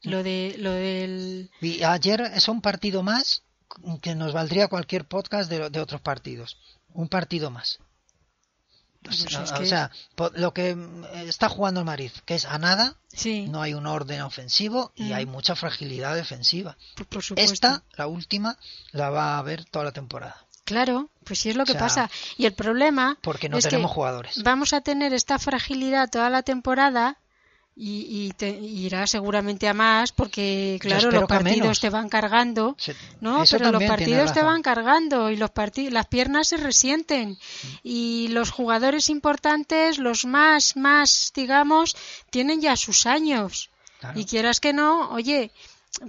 Lo de lo del
Y ayer es un partido más que nos valdría cualquier podcast de, de otros partidos. Un partido más. O
Pues
sea,
es
Ah, o
que-
sea, po- lo que mm, está jugando el Madrid, que es a nada,
sí,
no hay un orden ofensivo y
Mm.
hay mucha fragilidad defensiva.
por, por supuesto.
Esta, la última, la va a ver toda la temporada,
Claro, pues sí es lo que
sea,
pasa. Y el problema
porque no
es que
tenemos jugadores.
vamos a tener esta fragilidad toda la temporada y, y te- irá seguramente a más porque claro
espero
los
que a
partidos
menos.
te van cargando.
Se-
No,
eso
pero
también
los
tienes
partidos te
razón. Mm.
van cargando y los parti- las piernas se resienten y los jugadores importantes, los más más digamos, tienen ya sus años.
Claro.
Y quieras que no, oye,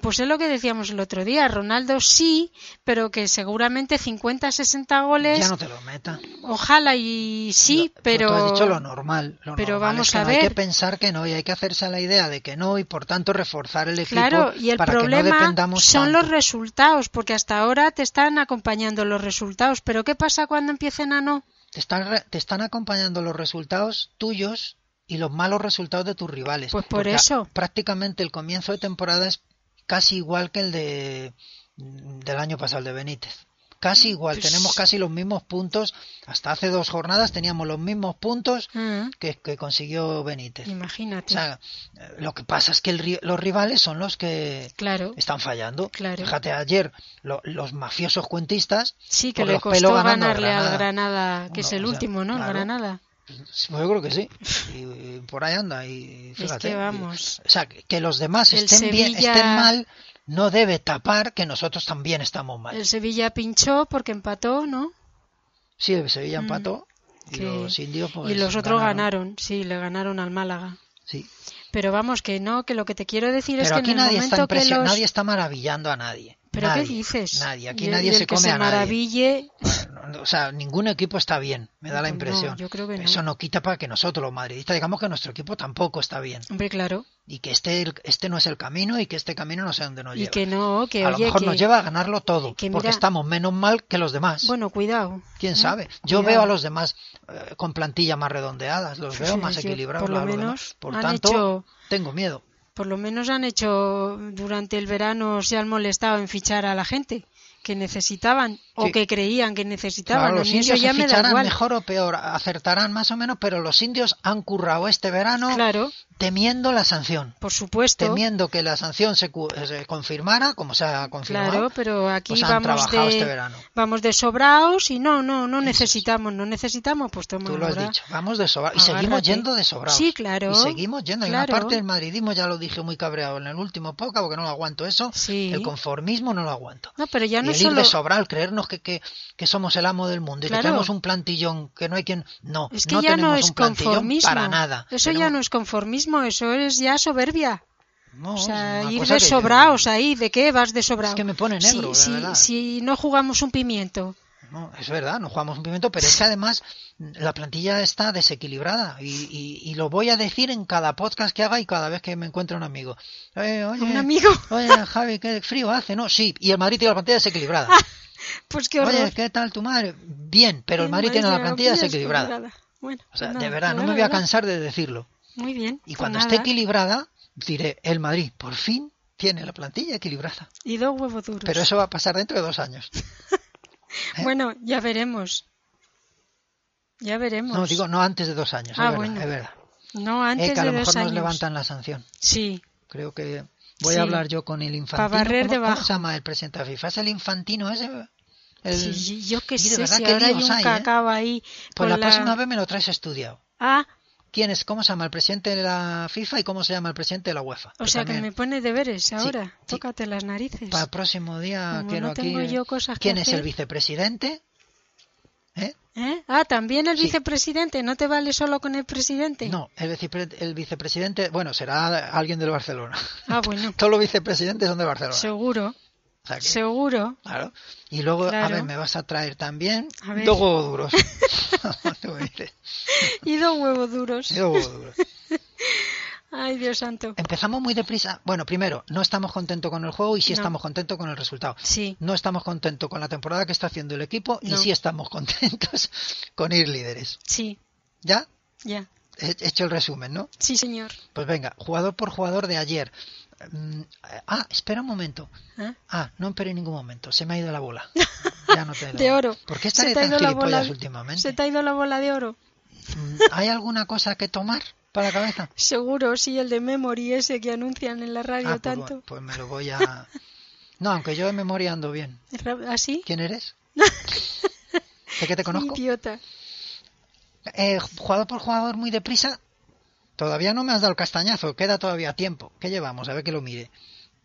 pues es lo que decíamos el otro día, Ronaldo sí, pero que seguramente 50, 60 goles,
Ya no te lo meta.
ojalá y sí,
Lo-
pero
tú has dicho lo normal. lo
pero
normal
vamos
es que
a
no Hay
ver.
que pensar que no y hay que hacerse a la idea de que no y por tanto reforzar el equipo
Claro, y el
para que no
problema
dependamos
son
tanto.
los resultados, porque hasta ahora te están acompañando los resultados, pero ¿qué pasa cuando empiecen a no?
Te están, re- te están acompañando los resultados tuyos y los malos resultados de tus rivales.
Pues por
Porque
eso.
a- Prácticamente el comienzo de temporada es casi igual que el de del año pasado, el de Benítez. Casi igual,
Pues-
tenemos casi los mismos puntos. Hasta hace dos jornadas teníamos los mismos puntos
Ah,
que, que consiguió Benítez. O
imagínate.
sea, eh, lo que pasa es que el ri- los rivales son los que
claro,
están fallando.
Claro.
Fíjate ayer, lo- los mafiosos cuentistas,
sí que
por
le
los pelos
costó
ganando a
ganarle al
Granada.
Granada, que es
No,
el
o sea,
último, ¿no? El
claro.
Granada.
sí, pues yo creo que sí, y, y por ahí anda. Y,
Es
fíjate,
que vamos.
y- o sea, que que los demás
El
estén, bien,
Sevilla-
estén mal no debe tapar que nosotros también estamos mal.
El Sevilla pinchó porque empató, ¿no?
Sí, el Sevilla
Mm,
empató y
que-
los indios pues,
y los otros ganaron. sí, le ganaron al Málaga.
Sí.
Pero vamos, que no, que lo que te quiero decir
Pero
es que
aquí
en el
nadie está,
momento que
impresio-
los...
nadie está maravillando a nadie.
¿Pero
Nadie,
qué dices?
Nadie, aquí
Y el- y
nadie
el
se
que
come
se
a nadie.
maraville,
No, no, O sea, ningún equipo está bien, me da la
Pues no,
impresión.
yo creo que
Pero
no.
Eso no quita para que nosotros, los madridistas, digamos que nuestro equipo tampoco está bien.
hombre, claro.
Y que este, este no es el camino y que este camino no sé dónde nos
Y
lleva.
que no, que
a lo
oye,
mejor
que...
nos lleva a ganarlo todo,
que
porque
mira-
estamos menos mal que los demás.
Bueno, cuidado.
¿Quién
¿eh?
sabe? Yo
Cuidado.
veo a los demás eh, con plantillas más redondeadas, los veo más
Yo,
equilibrados.
por lo
a los demás.
menos
Por
han
tanto,
hecho-
tengo miedo.
Por lo menos han hecho durante el verano, se han molestado en fichar a la gente que necesitaban o
Sí.
que creían que necesitaban.
Claro,
A
los
mí eso
indios se
ya me da
ficharán
igual.
mejor o peor, acertarán más o menos, pero los indios han currado este verano
Claro,
temiendo la sanción.
Por supuesto.
Temiendo que la sanción se, cu- se confirmara, como se ha confirmado.
Claro, pero aquí
pues han
vamos
trabajado
de
este verano.
vamos de sobraos y no, no, no necesitamos, no necesitamos, pues toma
Tú lo has
ahora.
dicho, vamos de sobrados. Y
Agárrate.
seguimos yendo de sobrados.
Sí, claro,
Y seguimos yendo. Hay
claro.
una parte del madridismo, ya lo dije muy cabreado en el último podcast, porque no lo aguanto eso.
Sí.
El conformismo no lo aguanto.
No, pero ya
Y
no
el ir
solo
de sobrado, creernos que, que, que somos el amo del mundo y
Claro.
que tenemos un plantillón que no hay quien. No,
es que
no
ya
tenemos
no es
un plantillón
conformismo.
para nada.
Eso ya no es conformismo, eso es ya soberbia.
No,
O
es
sea,
una
ir
cosa
de
que-
sobraos ahí, ¿de qué vas de sobrao?
Es que me pone negro, de
si,
verdad.
si no jugamos un pimiento.
No, es verdad, no jugamos un pimiento, pero es que además la plantilla está desequilibrada y, y- y lo voy a decir en cada podcast que haga y cada vez que me encuentre un amigo. Eh, oye,
Un amigo.
Oye, Javi, qué frío hace, ¿no? Sí, y el Madrid tiene la plantilla desequilibrada.
Pues qué horror. Pues
Oye, ¿qué tal tu madre? Bien, pero el Madrid tiene la plantilla desequilibrada.
Bueno,
O sea,
nada,
de verdad, no
nada,
me voy a
nada.
cansar de decirlo.
Muy bien.
Y
pues
cuando
nada.
esté equilibrada, diré, el Madrid, por fin, tiene la plantilla equilibrada.
Y dos huevos duros.
Pero eso ¿eh? va a pasar dentro de dos años.
Bueno, ya veremos. Ya veremos.
No, digo, no antes de dos años, es
Ah,
verdad,
bueno.
es verdad.
No
Eh,
antes
que a
de
lo mejor
dos años.
nos levantan la sanción.
Sí,
Creo que voy
Sí.
a hablar yo con el infantino.
Pa' barrer
¿Cómo, cómo
debajo.
se llama el presidente de FIFA? ¿Es el infantino ese? El-
sí, sí, yo qué
Y de
sé
verdad
si
que
ahora hay
líos
un
hay, ¿eh?
cacao ahí
Pues
con
la,
la-
próxima vez me lo traes estudiado.
Ah,
¿Quién es? ¿Cómo se llama el presidente de la FIFA y cómo se llama el presidente de la UEFA?
o sea que me pone deberes ahora.
sí.
Tócate las narices.
Para el próximo día
Como
quiero
no tengo
aquí.
yo cosas que
¿Quién es
hacer.
el vicepresidente? ¿Eh?
¿Eh? Ah, también el
Sí.
vicepresidente. No te vale solo con el presidente.
No, el, vicepre- el vicepresidente, bueno, será alguien del Barcelona.
Ah, bueno.
Todos los vicepresidentes son de Barcelona.
Seguro,
O sea que-
seguro.
Claro. Y luego, a
Claro.
ver, me vas a traer también
A ver.
dos huevos duros. Tú me dices,
Y dos huevos duros.
dos huevos duros.
Ay, Dios santo.
Empezamos muy deprisa. Bueno, primero, no estamos contentos con el juego y sí
No.
estamos contentos con el resultado.
Sí,
No estamos contentos con la temporada que está haciendo el equipo y
No.
sí estamos contentos con ir líderes.
sí,
¿Ya?
ya.
He hecho el resumen, ¿no?
Sí, señor.
Pues venga, jugador por jugador de ayer. Mm, Ah, espera un momento.
¿Eh?
Ah, no esperé ningún momento. Se me ha ido la bola. Ya no te la-
De oro.
¿Por qué
Se
estaré
te ha
tan
ido la
gilipollas
bola-
últimamente?
Se te ha ido la bola de oro.
Mm, ¿Hay alguna cosa que tomar para la cabeza?
Seguro, sí, el de Memory ese que anuncian en la radio
Ah, pues,
tanto.
bueno, pues me lo voy a... No, aunque yo de memoria ando bien.
Ra- ¿Así?
¿Quién eres? ¿De qué te conozco?
Idiota.
Eh, jugador por jugador muy deprisa. Todavía no me has dado el castañazo. Queda todavía tiempo. ¿Qué llevamos? A ver que lo mire.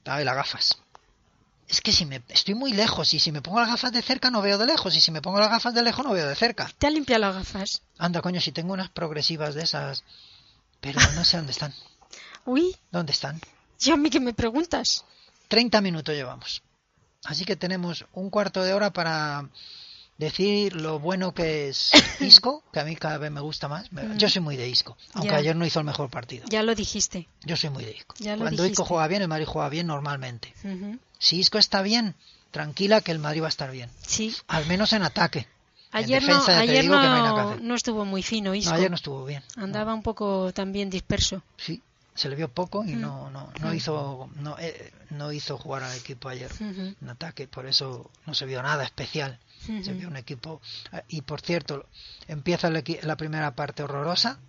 A ver, las gafas. Es que si me estoy muy lejos y si me pongo las gafas de cerca no veo de lejos y si me pongo las gafas de lejos no veo de cerca.
Te ha limpiado las gafas.
Anda, coño, si tengo unas progresivas de esas... Pero no sé dónde están.
Uy,
¿Dónde están?
ya a mí que me preguntas.
30 minutos llevamos. Así que tenemos un cuarto de hora para decir lo bueno que es Isco, que a mí cada vez me gusta más. Yo soy muy de Isco, aunque
Mm. Ya.
ayer no hizo el mejor partido.
Ya lo dijiste.
Yo soy muy de Isco.
Ya lo
Cuando
dijiste.
Isco juega bien, el Madrid juega bien normalmente.
Ujú.
Si Isco está bien, tranquila que el Madrid va a estar bien.
Sí.
Al menos en ataque.
Ayer,
en
no,
defensa ya te
ayer
digo
no,
que no hay nada que hacer.
no estuvo muy fino, Isco.
No, ayer no estuvo bien.
Andaba un poco también disperso.
Sí, se le vio poco y
Mm.
no, no, no hizo no, eh, no hizo jugar al equipo ayer.
Ujú.
en ataque, por eso no se vio nada especial. Se
Ujú.
vio un equipo. ah, Y por cierto, empieza el equi- la primera parte horrorosa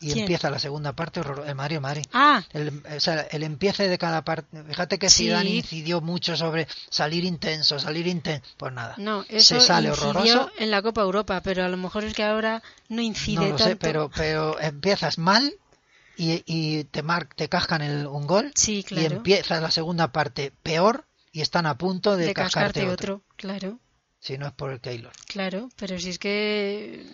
y
¿Quién?
empieza la segunda parte horrorosa. El Madrid, el Madrid.
Ah,
El, o sea, el empiece de cada parte. Fíjate que
Sí.
Zidane incidió mucho sobre salir intenso, salir intenso. Pues nada.
no,
se
eso
sale
incidió
horroroso.
en la Copa Europa, pero a lo mejor es que ahora no incide
No lo
tanto.
sé, pero, pero empiezas mal y, y te, mar te cascan el, un gol.
Sí,
Y
claro.
empiezas la segunda parte peor y están a punto de,
de
cascarte,
cascarte
otro.
otro. Claro,
Si no es por el Keylor.
claro, pero si es que.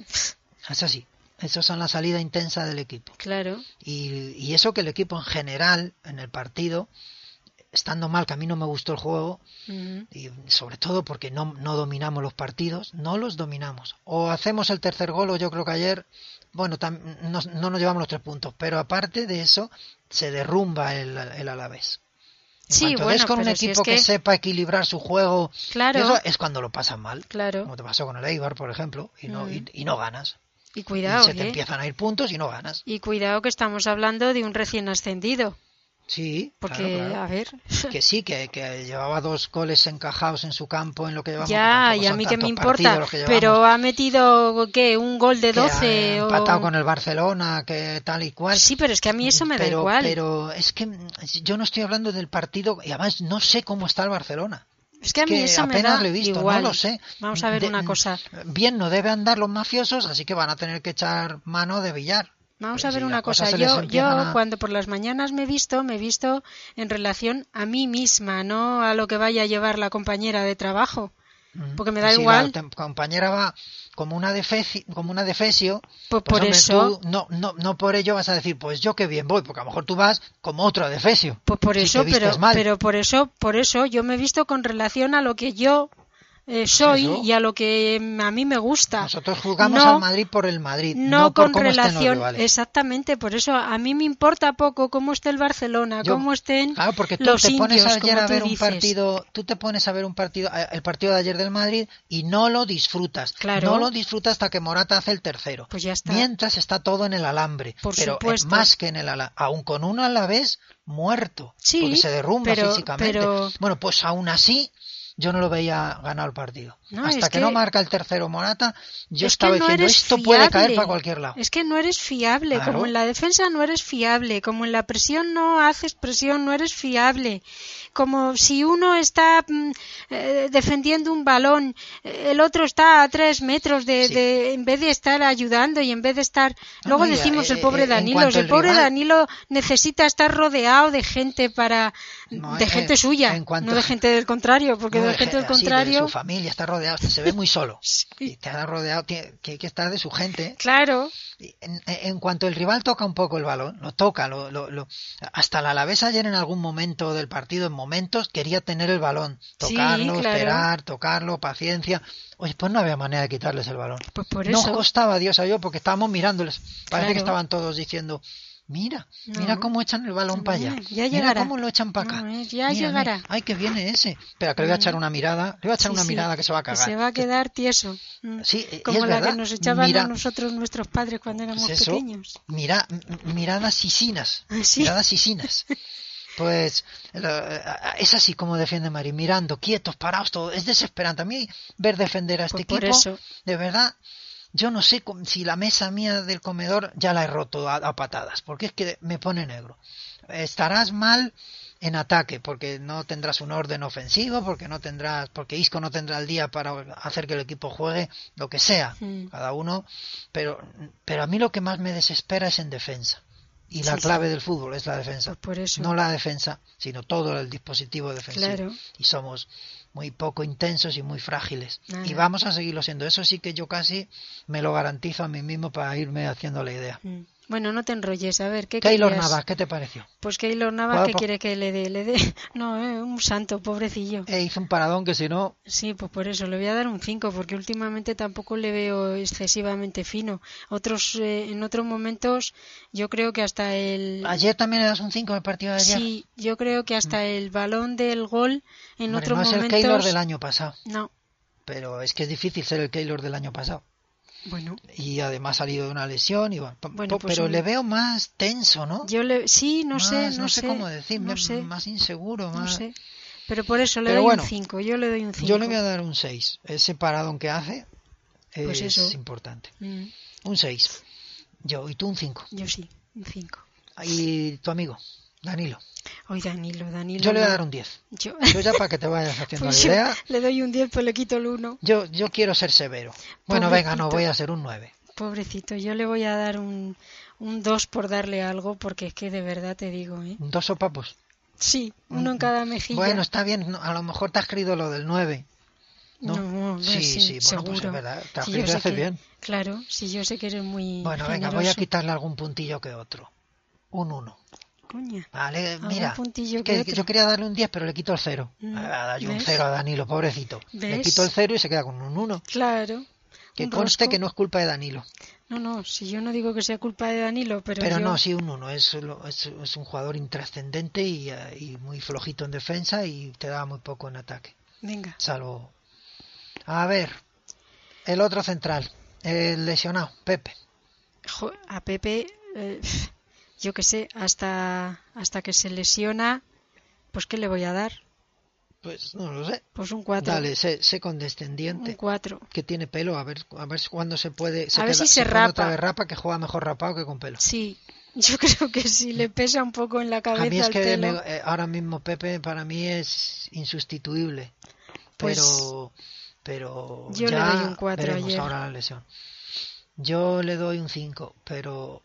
Eso sí, eso son la salida intensa del equipo.
Claro,
Y, y eso que el equipo en general, en el partido, estando mal, que a mí no me gustó el juego,
Ujú.
y sobre todo porque no, no dominamos los partidos, no los dominamos. O hacemos el tercer gol, o yo creo que ayer, bueno, tam- no, no nos llevamos los tres puntos, pero aparte de eso, se derrumba el, el Alavés. En
Sí,
cuanto
bueno,
des con un
pero si
equipo
es
que
que-
sepa equilibrar su juego,
Claro.
eso es cuando lo pasan mal,
claro.
como te pasó con el Eibar, por ejemplo, y no, y- y no ganas.
Y
Y
cuidado,
se te
¿eh?
empiezan a ir puntos y no ganas.
Y cuidado que estamos hablando de un recién ascendido.
Sí,
Porque,
claro, claro.
a ver,
que sí, que, que llevaba dos goles encajados en su campo en lo que llevamos.
ya,
que tampoco
y a
son
mí que me
tantos
importa,
partidos los que llevamos,
pero ha metido, ¿qué? Un gol de
que ha
12 o...
empatado con el Barcelona, que tal y cual.
Sí, pero es que a mí eso me
pero,
da igual.
Pero es que mm, yo no estoy hablando del partido y además no sé cómo está el Barcelona.
es que a mí
que
eso me
apenas
da
lo he visto, no
igual.
lo sé.
Vamos a ver
De-
una cosa.
Bien, no deben andar los mafiosos, así que van a tener que echar mano de billar.
Vamos
Pero
a ver
si
una
Pues las cosas
cosa.
se les
Yo, yo
empiezan a-
cuando por las mañanas me he visto, me he visto en relación a mí misma, no a lo que vaya a llevar la compañera de trabajo.
Ujú.
porque me
Mm, Y
da
si la
igual.
tem- compañera va como una defeci, como una defecio,
Pues
pues,
por
hombre,
eso,
tú no, no, no por ello vas a decir, pues yo qué bien voy, porque a lo mejor tú vas como otro defecio.
pues por
si te
eso,
vistes
pero,
mal.
pero por eso, por eso yo me he visto con relación a lo que yo eh, soy
Eso.
y a lo que mm, a mí me gusta.
Nosotros juzgamos
No,
al Madrid por el Madrid, no,
no,
por
con
cómo estén los
relación
rivales.
exactamente por eso a mí me importa poco cómo esté el Barcelona
Yo-
cómo estén
Claro, Ah, porque tú
los
te
indios
pones ayer
como
a
tú
ver un
dices.
partido, tú te pones a ver un partido, eh, el partido de ayer del Madrid y no lo disfrutas.
Claro.
No lo disfrutas hasta que Morata hace el tercero.
Pues ya está.
Mientras está todo en el alambre,
Por
pero eh,
supuesto.
más que en el alambre, aún con uno a la vez muerto,
Sí,
porque se derrumba
pero-
físicamente.
pero-
Bueno, pues aún así yo no lo veía ganar el partido.
No,
Hasta
es
que, no
que-
marca el tercero Morata, yo
Es que
estaba
no
diciendo,
eres
esto puede caer
fiable.
para cualquier lado.
Es que no eres fiable,
Claro.
como en la defensa no eres fiable, como en la presión no haces presión, no eres fiable. Como si uno está mm, eh, defendiendo un balón, eh, el otro está a tres metros de,
Sí.
de- en vez de estar ayudando y en vez de estar.
No,
Luego
no, y a-
decimos el
eh,
pobre
eh, en
Danilo,
cuanto
el,
el
pobre
rival-
Danilo necesita estar rodeado de gente para,
No,
de
eh,
gente suya,
en cuanto-
no de gente del contrario, porque
No,
de
de
gente del
gente así, de
contrario,
su familia está rodeado, se ve muy solo.
Sí.
Y está rodeado, tiene- que hay que estar de su gente.
claro.
Y En, en cuanto el rival toca un poco el balón, lo toca, lo, lo- lo- hasta la Alavés ayer en algún momento del partido, en momentos, quería tener el balón,
Sí,
tocarlo,
claro.
esperar, tocarlo, paciencia. Oye, pues no había manera de quitarles el balón.
Pues por
Nos
eso.
costaba, Dios a yo, porque estábamos mirándoles. Parece que
Claro.
estaban todos diciendo, mira,
No.
mira cómo echan el balón para allá.
No, ya
Mira
llegará.
cómo lo echan para acá.
No, eh,
Mira,
ya
mira,
llegará. Mm.
Ay, que viene ese. Espera, que le voy a echar una mirada. Le voy a echar
Sí,
una
sí,
mirada que se va a cagar.
Se va a quedar tieso. Mm.
Sí, y
Como
es
la
verdad.
que nos echaban
Mira-
a nosotros nuestros padres cuando éramos
Pues eso,
pequeños.
mira- m- miradas sisinas.
Ah, sí.
Miradas sisinas. Pues lo- a- a- es así como defiende Madrid, mirando, quietos, parados, todo. Es desesperante. A mí ver defender a este
Pues por
equipo,
eso.
de verdad, yo no sé com- si la mesa mía del comedor ya la he roto a, a patadas, porque es que me pone negro. Estarás mal en ataque, porque no tendrás un orden ofensivo, porque no tendrás, porque Isco no tendrá el día para hacer que el equipo juegue lo que sea,
Mm.
cada uno, pero, pero a mí lo que más me desespera es en defensa. Y la
Sí, sí.
clave del fútbol es la defensa.
Pues por eso.
No la defensa, sino todo el dispositivo defensivo.
Claro.
Y somos muy poco intensos y muy frágiles.
Nada.
Y vamos a seguirlo siendo. Eso sí que yo casi me lo garantizo a mí mismo para irme haciendo la idea.
Mm. Bueno, no te enrolles. A ver, ¿qué
Keylor
querías?
Navas, ¿qué te pareció?
Pues Keylor Navas,
Guapo.
¿qué quiere que le dé? Le dé... No, eh, un santo, pobrecillo.
Eh, hizo un paradón que si no...
Sí, pues por eso le voy a dar un 5, porque últimamente tampoco le veo excesivamente fino. Otros, eh, en otros momentos, yo creo que hasta el...
Ayer también le das un 5 en el partido de ayer.
Sí, yo creo que hasta el balón del gol en
Mm. Hombre,
otros
no es el
momentos...
Keylor del año pasado.
No,
Pero es que es difícil ser el Keylor del año pasado.
bueno.
Y además ha salido de una lesión. Y bueno, po-
Bueno,
po-
pues
pero
un-
le veo más tenso, ¿no?
Yo le... Sí, no sé,
Más-
no,
sé, cómo decirlo,
no sé,
más inseguro,
no
más...
sé. Pero por eso le
Pero
doy
bueno,
un 5, yo le doy un 5.
Yo le voy a dar un 6. Ese paradón que hace es
Pues eso.
importante. Un 6. Yo y tú un 5.
Mm, yo sí, un 5.
Y tu amigo, Danilo.
Hoy Danilo, Danilo.
Yo le voy a
no.
dar un 10.
Yo-
Yo ya para que te vayas haciendo
Pues
la
yo
idea,
le doy un 10, pues le quito el 1.
yo, yo quiero ser severo. Bueno, venga, no,
Pobrecito.
voy a ser un 9.
Pobrecito, yo le voy a dar un, un 2 por darle algo, porque es que de verdad te digo, ¿eh?
Dos sopapos.
Sí, uno en cada mejilla.
Mm, Bueno, está bien, no, a lo mejor te has creído lo del 9.
no,
¿no?
no,
Sí,
sí,
sí, bueno,
seguro.
pues es verdad, te has
Sí, yo
creído
sé
hacer
que-
bien.
Claro, si yo sé que eres muy
Bueno, venga, voy a
generoso.
quitarle algún puntillo que otro. Un 1.
Coña.
Vale,
Algún
mira,
puntillo
que-
que
que
otro.
yo quería darle un 10, pero le quito el 0.
Mm,
un
¿ves?
0 a Danilo, pobrecito. Le
¿Ves?
quito el 0 y se queda con un 1.
Claro.
Que
un
conste
rosco.
que no es culpa de Danilo.
No, no, si yo no digo que sea culpa de Danilo, pero,
Pero
yo-
no, sí, un 1. Es, lo- es, es un jugador intrascendente y, eh, y muy flojito en defensa y te da muy poco en ataque.
Venga,
Salvo. A ver, el otro central, el lesionado, Pepe.
jo- a Pepe eh, yo qué sé, hasta, hasta que se lesiona, pues ¿qué le voy a dar?
Pues no lo sé.
Pues un 4.
Dale, sé, sé condescendiente.
Un 4.
Que tiene pelo, a ver, a ver cuándo se puede. Se
A ver
queda-
si se
pone
rapa.
otra vez rapa que juega mejor rapado que con pelo.
Sí, yo creo que sí, le pesa un poco en la cabeza
A mí es
el
que
pelo.
me- eh, ahora mismo Pepe para mí es insustituible.
Pues
Pero, pero
yo le
ya
doy un cuatro
veremos
ayer.
ahora la lesión. Yo le doy un 5, pero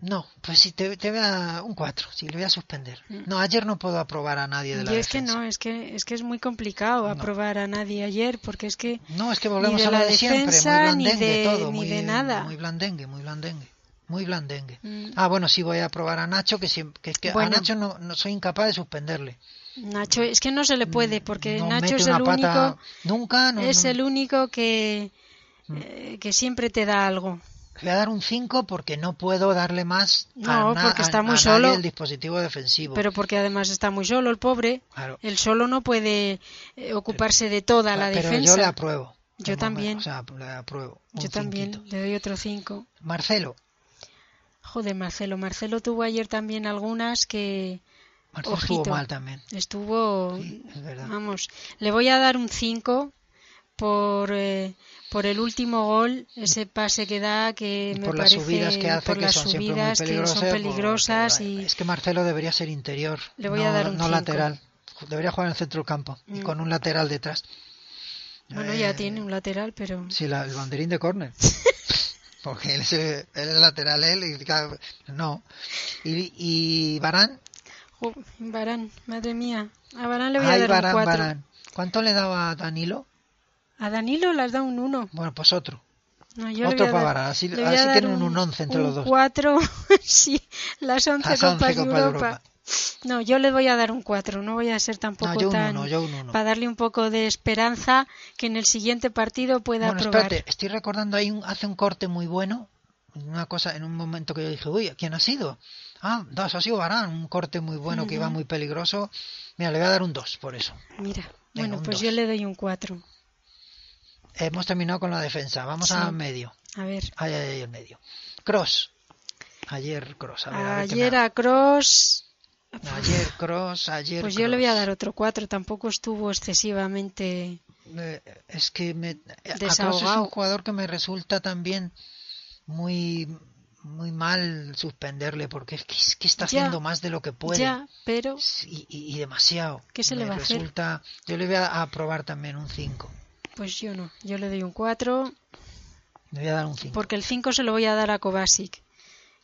no, pues si te, te voy a un 4, si le voy a suspender. No, ayer no puedo aprobar a nadie de la
Yo Mm. es que
defensa.
no, es que, es que es muy complicado aprobar a nadie ayer, porque es que
No, es que
Ni
volvemos
de
a lo
la
de siempre, muy
defensa, ni
blandengue
de-
todo,
ni
muy,
de nada.
muy blandengue, muy blandengue, muy blandengue.
Mm.
Ah, bueno, sí voy a aprobar a Nacho, que, siem- que, es que
Bueno.
a Nacho no, no soy incapaz de suspenderle.
Nacho, es que no se le puede, porque
Mm, No
Nacho
mete
es
una
el
pata
único,
nunca, no,
es
no. Mm.
el único que, eh, que siempre te da algo.
Le voy a dar un 5 porque no puedo darle más
No,
a, na-
porque
a-
está
a
muy
nadie
solo.
el dispositivo defensivo.
Pero porque además está muy solo el pobre,
Claro.
él solo no puede eh, ocuparse de toda la
Pero
defensa.
yo le apruebo.
Yo
Como me-
también.
O sea, le apruebo. un
Yo también
cinquito.
le doy otro 5.
Marcelo.
Joder, Marcelo. Marcelo tuvo ayer también algunas que
Marcelo
Ojito.
estuvo mal también.
estuvo.
Sí, es verdad.
Vamos, le voy a dar un 5 por, eh, por el último gol, ese pase que da, que
Y
Eh, me
por las
parece.
subidas que hace,
por
que
las
son siempre muy
subidas que
peligrosas. pues,
son peligrosas
porque,
y.
Es que Marcelo debería ser interior.
Le voy a
no-
dar un
No
cinco.
lateral. Debería jugar en el centro del campo. Y
Mm.
con un lateral detrás.
Bueno, ya
Eh,
tiene un lateral, pero.
Sí, la- el banderín de córner. Porque él es el, él es el lateral, él. y cada- no. Y, y Barán.
Jo, Varane, madre mía. A Barán le voy a
Ay,
dar
Varane,
un 4.
Varane. ¿Cuánto le daba a Danilo?
A Danilo le has dado un 1.
Bueno, pues otro.
No, yo
Otro
le voy
para
a dar-
Varane, así-
le voy a
así
dar
tienen un 11 entre los dos.
4, sí, las 11
Las 11
Copas de
Copa
Europa.
de Europa.
No, yo le voy a dar un 4, no voy a ser tampoco
No, yo un
tan...
uno, yo un uno.
Para darle un poco de esperanza que en el siguiente partido pueda
bueno,
probar.
espérate, estoy recordando ahí un- hace un corte muy bueno, en una cosa en un momento que yo dije, "Uy, ¿quién ha sido?" Ah, dos, ha sido Barán, un corte muy bueno que iba muy peligroso. Mira, le voy a dar un 2 por eso.
Mira,
un
bueno, pues
dos.
yo le doy un 4.
Hemos terminado con la defensa, vamos
Sí.
a medio.
A ver,
Ay, ay, ay, el medio. Cross. Ayer Cross, a ver, a ver qué me
ayer
hace.
a Cross,
ayer Cross, ayer
pues yo le voy a
Kroos.
dar otro 4, tampoco estuvo excesivamente...
Eh, es que me, a Kroos es
Desahogado.
un jugador que me resulta también muy muy mal suspenderle porque es que, es que está
Ya,
haciendo más de lo que puede
Ya, pero
y, y- y demasiado
¿Qué se le
Me
va a hacer?
resulta yo le voy a aprobar también un 5
pues yo no, yo le doy un 4.
le voy a dar un 5
Porque el 5 se lo voy a dar a Kovacic.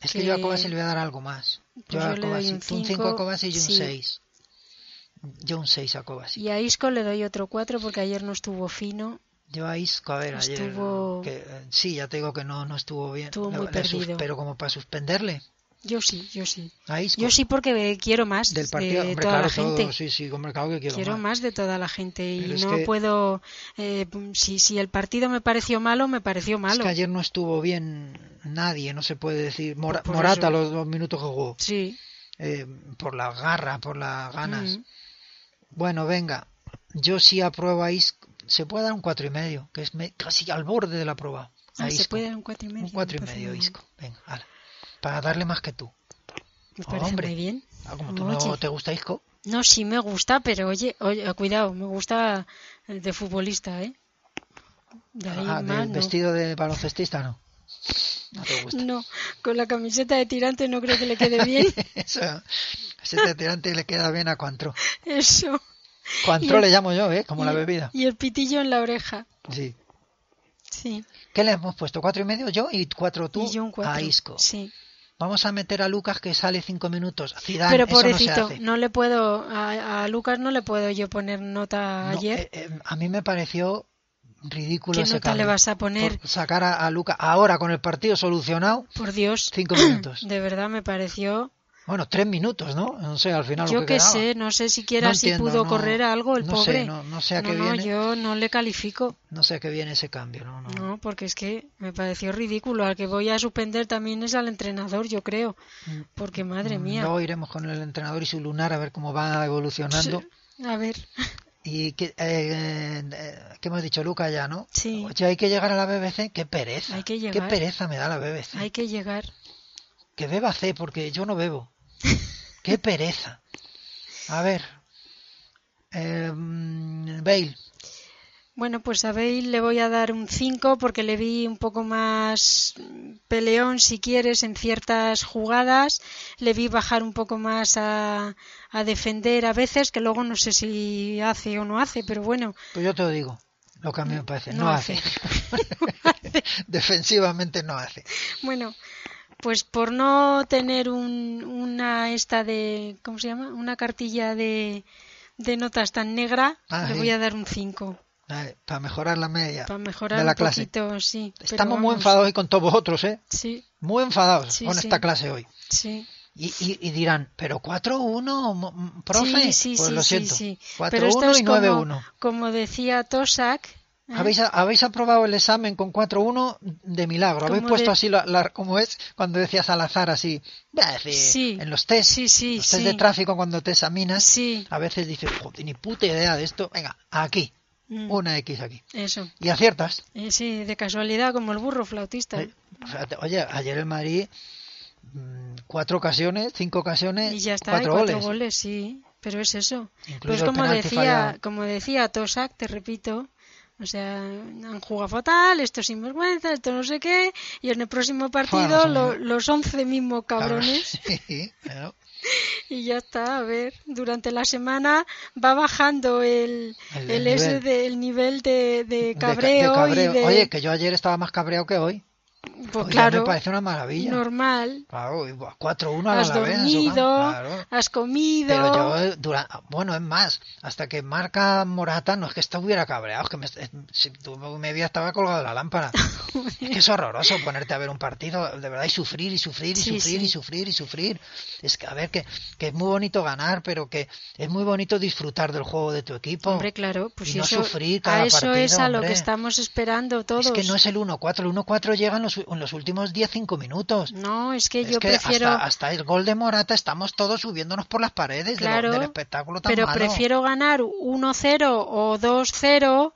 es que yo a
que-
Kovacic le voy a dar algo más
Pues
a
yo le doy
Kovacic-
un
tú un 5
cinco,
a Kovacic y un
sí.
6 yo un 6 a Kovacic
Y a Isco le doy otro 4 porque ayer no estuvo fino.
Yo a Isco, a ver, ayer.
Estuvo-
que, eh, sí, ya te digo que no, no estuvo bien.
Estuvo
Le-
muy
le sus-
perdido.
Pero como para suspenderle
Yo sí, yo sí.
a Isco.
Yo sí porque quiero más
del partido,
de
hombre,
toda
claro,
la gente.
todo, sí, sí, hombre, claro que quiero,
Quiero más de toda la gente y
Pero es
no
que-
puedo. eh, si, si el partido me pareció malo, me pareció
Es
malo.
que ayer no estuvo bien nadie, no se puede decir. Mora-
Por
Morata
eso.
los dos minutos que jugó,
Sí.
eh, por la garra, por las ganas.
Mm.
Bueno, venga, yo sí apruebo a Isco. Se puede dar un cuatro y medio, que es me- casi al borde de la prueba.
Ah,
a
se
Isco.
puede dar un 4 y medio.
Un cuatro y
me parece
medio,
muy
Isco. Venga, hala. Para darle más que tú.
bien. Me parece
Hombre.
muy bien.
Ah, como tú no
Oye.
te gusta Isco,
No, sí me gusta, pero oye, oye, cuidado, me gusta eh, de futbolista, ¿eh? De ahí
Ah,
más,
del
no.
vestido de baloncestista no. No te gusta.
No, con la camiseta de tirante no creo que le quede bien.
Eso, ese deterante le queda bien a Cuantro.
Eso.
Cuantro
Y-
le llamo yo, ¿eh? Como la
Y-
bebida.
Y el pitillo en la oreja.
Sí.
Sí.
¿Qué le hemos puesto? ¿Cuatro y medio yo y cuatro tú
y yo un cuatro.
a Isco?
Sí.
Vamos a meter a Lucas que sale cinco minutos. Zidane,
Pero
eso no
pobrecito,
se hace.
no, le puedo. A, a Lucas no le puedo yo poner nota
No,
ayer.
eh, eh, a mí me pareció ridículo
¿Qué
ese
nota le
cambio.
vas a poner?
Por sacar a, a Lucas ahora con el partido solucionado,
Por Dios.
cinco minutos.
De verdad me pareció.
Bueno, tres minutos, ¿no? No sé, al final
yo
lo
qué
que quedaba.
sé, no sé siquiera
No
si
entiendo,
pudo
no-
correr a algo el
no sé,
pobre.
no- no sé a qué
no,
viene.
yo no le califico.
No sé a qué viene ese cambio, no, no.
No, porque es que me pareció ridículo. Al que voy a suspender también es al entrenador, yo creo.
Mm.
Porque madre mía.
Luego iremos con el entrenador y su lunar a ver cómo va evolucionando.
Pues, A ver,
Y que, eh, eh, que hemos dicho, Luca, ya, ¿no?
Sí.
Oye, hay que llegar a la BBC. ¡Qué pereza!
Hay que
¡Qué
llegar.
pereza me da la BBC!
hay que llegar.
Que beba C, porque yo no bebo. ¡Qué pereza! A ver. Eh, Bale.
Bueno, pues a Bale le voy a dar un 5 porque le vi un poco más peleón, si quieres, en ciertas jugadas. Le vi bajar un poco más a, a defender a veces, que luego no sé si hace o no hace, pero bueno.
Pues yo te lo digo. Lo que a mí me parece. No,
No
hace.
hace.
Defensivamente no hace.
Bueno, pues por no tener un- una esta de, ¿cómo se llama? Una cartilla de, de notas tan negra,
Ah,
le
sí.
voy a dar un 5
Para mejorar la media.
para mejorar
de la
un
clase.
poquito, sí. pero
Estamos muy
vamos,
enfadados hoy con todos vosotros, ¿eh?
Sí,
Muy enfadados
Sí,
con
sí.
esta clase hoy.
sí.
Y, y- y dirán, pero 4-1, mo- m- profe.
Sí, sí,
pues
sí,
lo
sí,
siento.
sí. Pero esto
4-1
es
y
como-
9-1.
Como decía Tosak, ¿eh?
¿Habéis, habéis aprobado el examen con 4-1 de milagro. Habéis
Como
puesto
de-
así la- la- como es cuando decías al azar, así. bah, de-
Sí.
En los test,
Sí, sí,
los test
sí.
de tráfico, cuando te examinas,
Sí.
a veces dices, joder, ni puta idea de esto. Venga, aquí.
Mm,
Una X aquí.
Eso.
Y aciertas.
Eh, sí, de casualidad, como el burro flautista.
Eh, fíjate, Oye, ayer el Madrid, mm, cuatro ocasiones, cinco ocasiones,
Y ya está,
eh,
¿eh?
cuatro,
y
goles.
sí, pero es eso.
Incluido
Pues
el
como
penalti
decía,
fallado.
como decía Tosak, te repito, o sea, han jugado fatal, esto es sinvergüenza, esto no sé qué, y en el próximo partido
Fue, no sé,
lo- los 11 mismos cabrones
Sí, claro.
y ya está, a ver, durante la semana va bajando el,
El-
el,
el
ese
nivel.
de- el nivel de, de
De ca- de
cabreo,
cabreo.
y de,
Oye, que yo ayer estaba más cabreado que hoy.
pues
Hoy ya
claro,
me parece una maravilla.
normal,
Claro, y, buah, 4-1 a
has
la vez. en su
dormido,
campo, claro.
has comido,
Pero yo, eh, dura- bueno, es más, hasta que marca Morata, no es que estuviera cabreado, es que me, eh, si tú me veías estaba colgado de la lámpara. es que es horroroso ponerte a ver un partido, de verdad, y sufrir, y sufrir, y
Sí,
sufrir, y
sí.
sufrir, y sufrir. Es que, a ver, que, que es muy bonito ganar, pero que es muy bonito disfrutar del juego de tu equipo.
Hombre, claro, pues
y
si
no
eso,
sufrir cada
a eso es
partido,
a lo
hombre.
que estamos esperando todos.
es que no es el 1-4, el 1-4 llega en los, en los últimos 10-5 minutos.
No, es que
Es
yo
que
prefiero,
hasta, hasta el gol de Morata estamos todos subiéndonos por las paredes de lo-
claro,
del espectáculo tan
pero
malo.
prefiero ganar 1-0 o 2-0,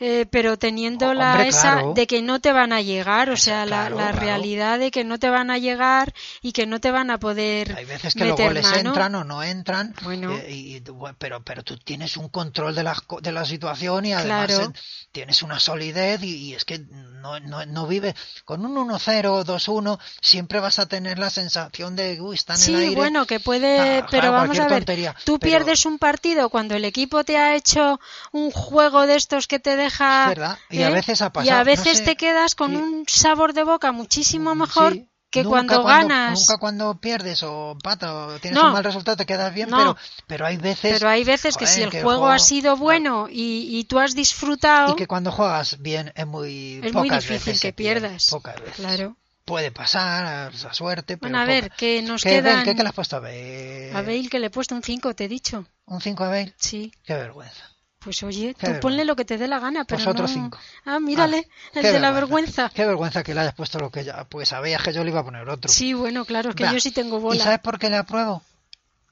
eh, pero teniendo
Oh,
la
hombre,
esa
claro.
de que no te van a llegar, o sea, la,
claro,
la
claro.
realidad de que no te van a llegar y que no te van a poder
Hay veces que los
meter
goles
mano.
entran o no entran,
Bueno.
eh, y- y tú- bueno, pero, pero tú tienes un control de la, de la situación y además
Claro.
eh, tienes una solidez y, y es que no, no, no vive con un 1-0, 2-1, siempre vas a tener la sensación de, uy, están
Sí,
en el aire.
bueno, que puede,
Ah, claro,
pero vamos
cualquier
a ver,
tontería,
tú
pero-
pierdes un partido cuando el equipo te ha hecho un juego de estos que te deja, ¿eh?
Es verdad, y a veces ha
y
pasado,
a
no
veces
sé,
te quedas con
sí.
un sabor de boca muchísimo mejor
Sí,
que
nunca
cuando, ganas.
Nunca cuando pierdes o empatas o tienes
No.
un mal resultado te quedas bien,
No.
pero, pero hay veces...
Pero hay veces que
joder,
si el
que
juego, ha sido bueno y, y tú has
Y
disfrutado,
que cuando juegas bien es muy...
es muy
pocas
difícil
veces se
que
pierde,
pierdas.
Pocas veces.
Claro.
Puede pasar, a suerte, pero...
Bueno, a ver,
poca.
que nos
¿Qué, Bale?
quedan
¿Qué, qué le has puesto a Bale?
a Bale que le he puesto un 5, te he dicho.
¿Un 5 a Bale?
Sí.
Qué vergüenza.
Pues oye,
Qué
tú ponle
vergüenza.
lo que te dé la gana, pero
Pues otro
no-
cinco.
Ah, mírale,
Ah,
el
qué
de la vergüenza.
Qué vergüenza que le hayas puesto lo que ya... Pues sabías que yo le iba a poner otro.
Sí, bueno, claro, es que
Bah,
yo sí tengo
¿Y Ah.
bola.
sabes por qué le apruebo?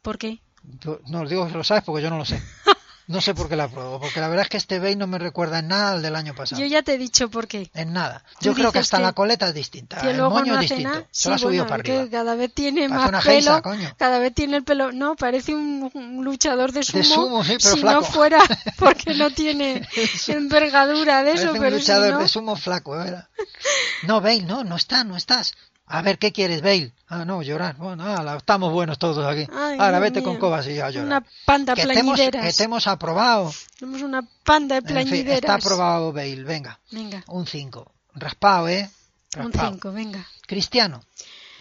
¿Por qué?
Yo- No, digo que lo sabes porque yo no lo sé. No sé por qué la apruebo, porque la verdad es que este Bale no me recuerda en nada al del año pasado.
Yo ya te he dicho por qué.
En nada.
Tú
Yo creo que
dices
hasta
que-
la coleta es distinta,
Que
Ah, el
luego
moño
no
es
hace
distinto.
nada.
Se lo ha
Sí,
subido
bueno,
para
que
arriba.
cada vez tiene
Parece una
más
geisa,
pelo.
coño.
Cada vez tiene el pelo. No, parece un, un luchador de sumo.
sumo, sí, pero
si
flaco.
no fuera porque no tiene envergadura de
Parece
eso,
un
pero si
luchador
no-
de sumo flaco, ¿eh? ¿verdad? No, Bale, no, no está, no estás. A ver, ¿qué quieres, Bale? Ah, no, llorar. Bueno, ala, estamos buenos todos aquí.
Ay,
Ahora
Dios
vete
mío.
con Cobas y a llorar.
Una panda
que, te hemos,
plañideras.
que te hemos aprobado.
Somos una panda de
En
plañideras.
fin, está aprobado Bale, venga.
Venga,
Un 5. Raspado, ¿eh?
un
Raspao.
5, venga.
Cristiano.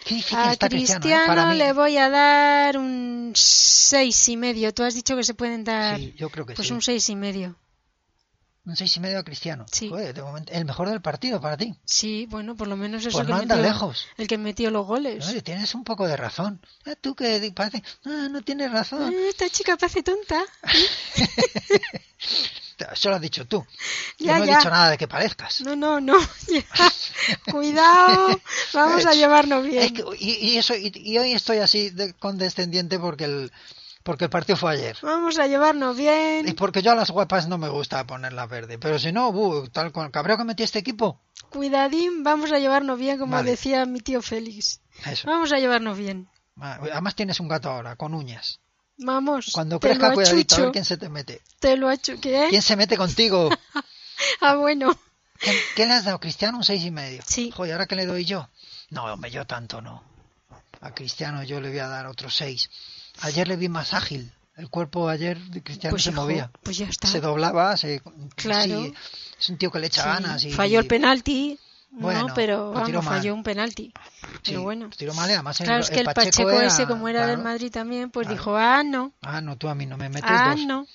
Qué difícil
A
está
Cristiano,
¿eh? Para mí.
le voy a dar un seis y medio. Tú has dicho que se pueden dar
Sí, yo creo que
pues
sí.
un seis y medio.
Un seis y medio a Cristiano.
Sí.
Joder, de momento, el mejor del partido para ti.
Sí, bueno, por lo menos eso
Pues
que
no anda
metió-
lejos.
el que metió los goles.
Oye, tienes un poco de razón. Ah, Tú que di- parece, ah, no tienes razón.
Ah, Esta chica parece tonta.
Eso lo has dicho tú. Yo
Ya,
no he
ya.
dicho nada de que parezcas.
No, no, no. ya. Cuidado, vamos a llevarnos bien.
Es que- y, y eso, y, y hoy estoy así de- condescendiente porque el porque el partido fue ayer.
Vamos a llevarnos bien.
Y porque yo a las guapas no me gusta ponerlas verde. Pero si no, buh, tal con el cabreo que metí este equipo.
Cuidadín, vamos a llevarnos bien, como
Vale.
decía mi tío Félix.
Eso.
Vamos a llevarnos bien.
Ah, Además tienes un gato ahora, con uñas.
Vamos.
Cuando
te lo
crezca, cuidadito, a ver
achucho.
quién se te mete.
Te lo achu ¿Qué?
¿Quién se mete contigo?
Ah, bueno.
¿Qué, qué le has dado, Cristiano? Un seis y medio.
Sí.
Joder, ¿ahora qué le doy yo? No, hombre, yo tanto no. A Cristiano yo le voy a dar otro seis. Ayer le vi más ágil. El cuerpo ayer de Cristiano
Pues,
se
hijo,
movía.
pues ya está.
Se doblaba, se...
Claro.
sí, es un tío que le echa
Sí,
ganas. Y,
Falló el
y-
penalti.
Bueno,
no, pero
lo tiró
vamos,
mal.
falló un penalti.
Sí,
pero bueno.
tiró mal, y además el-
claro, es
el
que el
Pacheco
Pacheco,
era-
ese, como era
claro.
del Madrid también, pues
Claro.
dijo, ah, no,
Ah, no, tú a mí no me metes
ah,
dos.
no.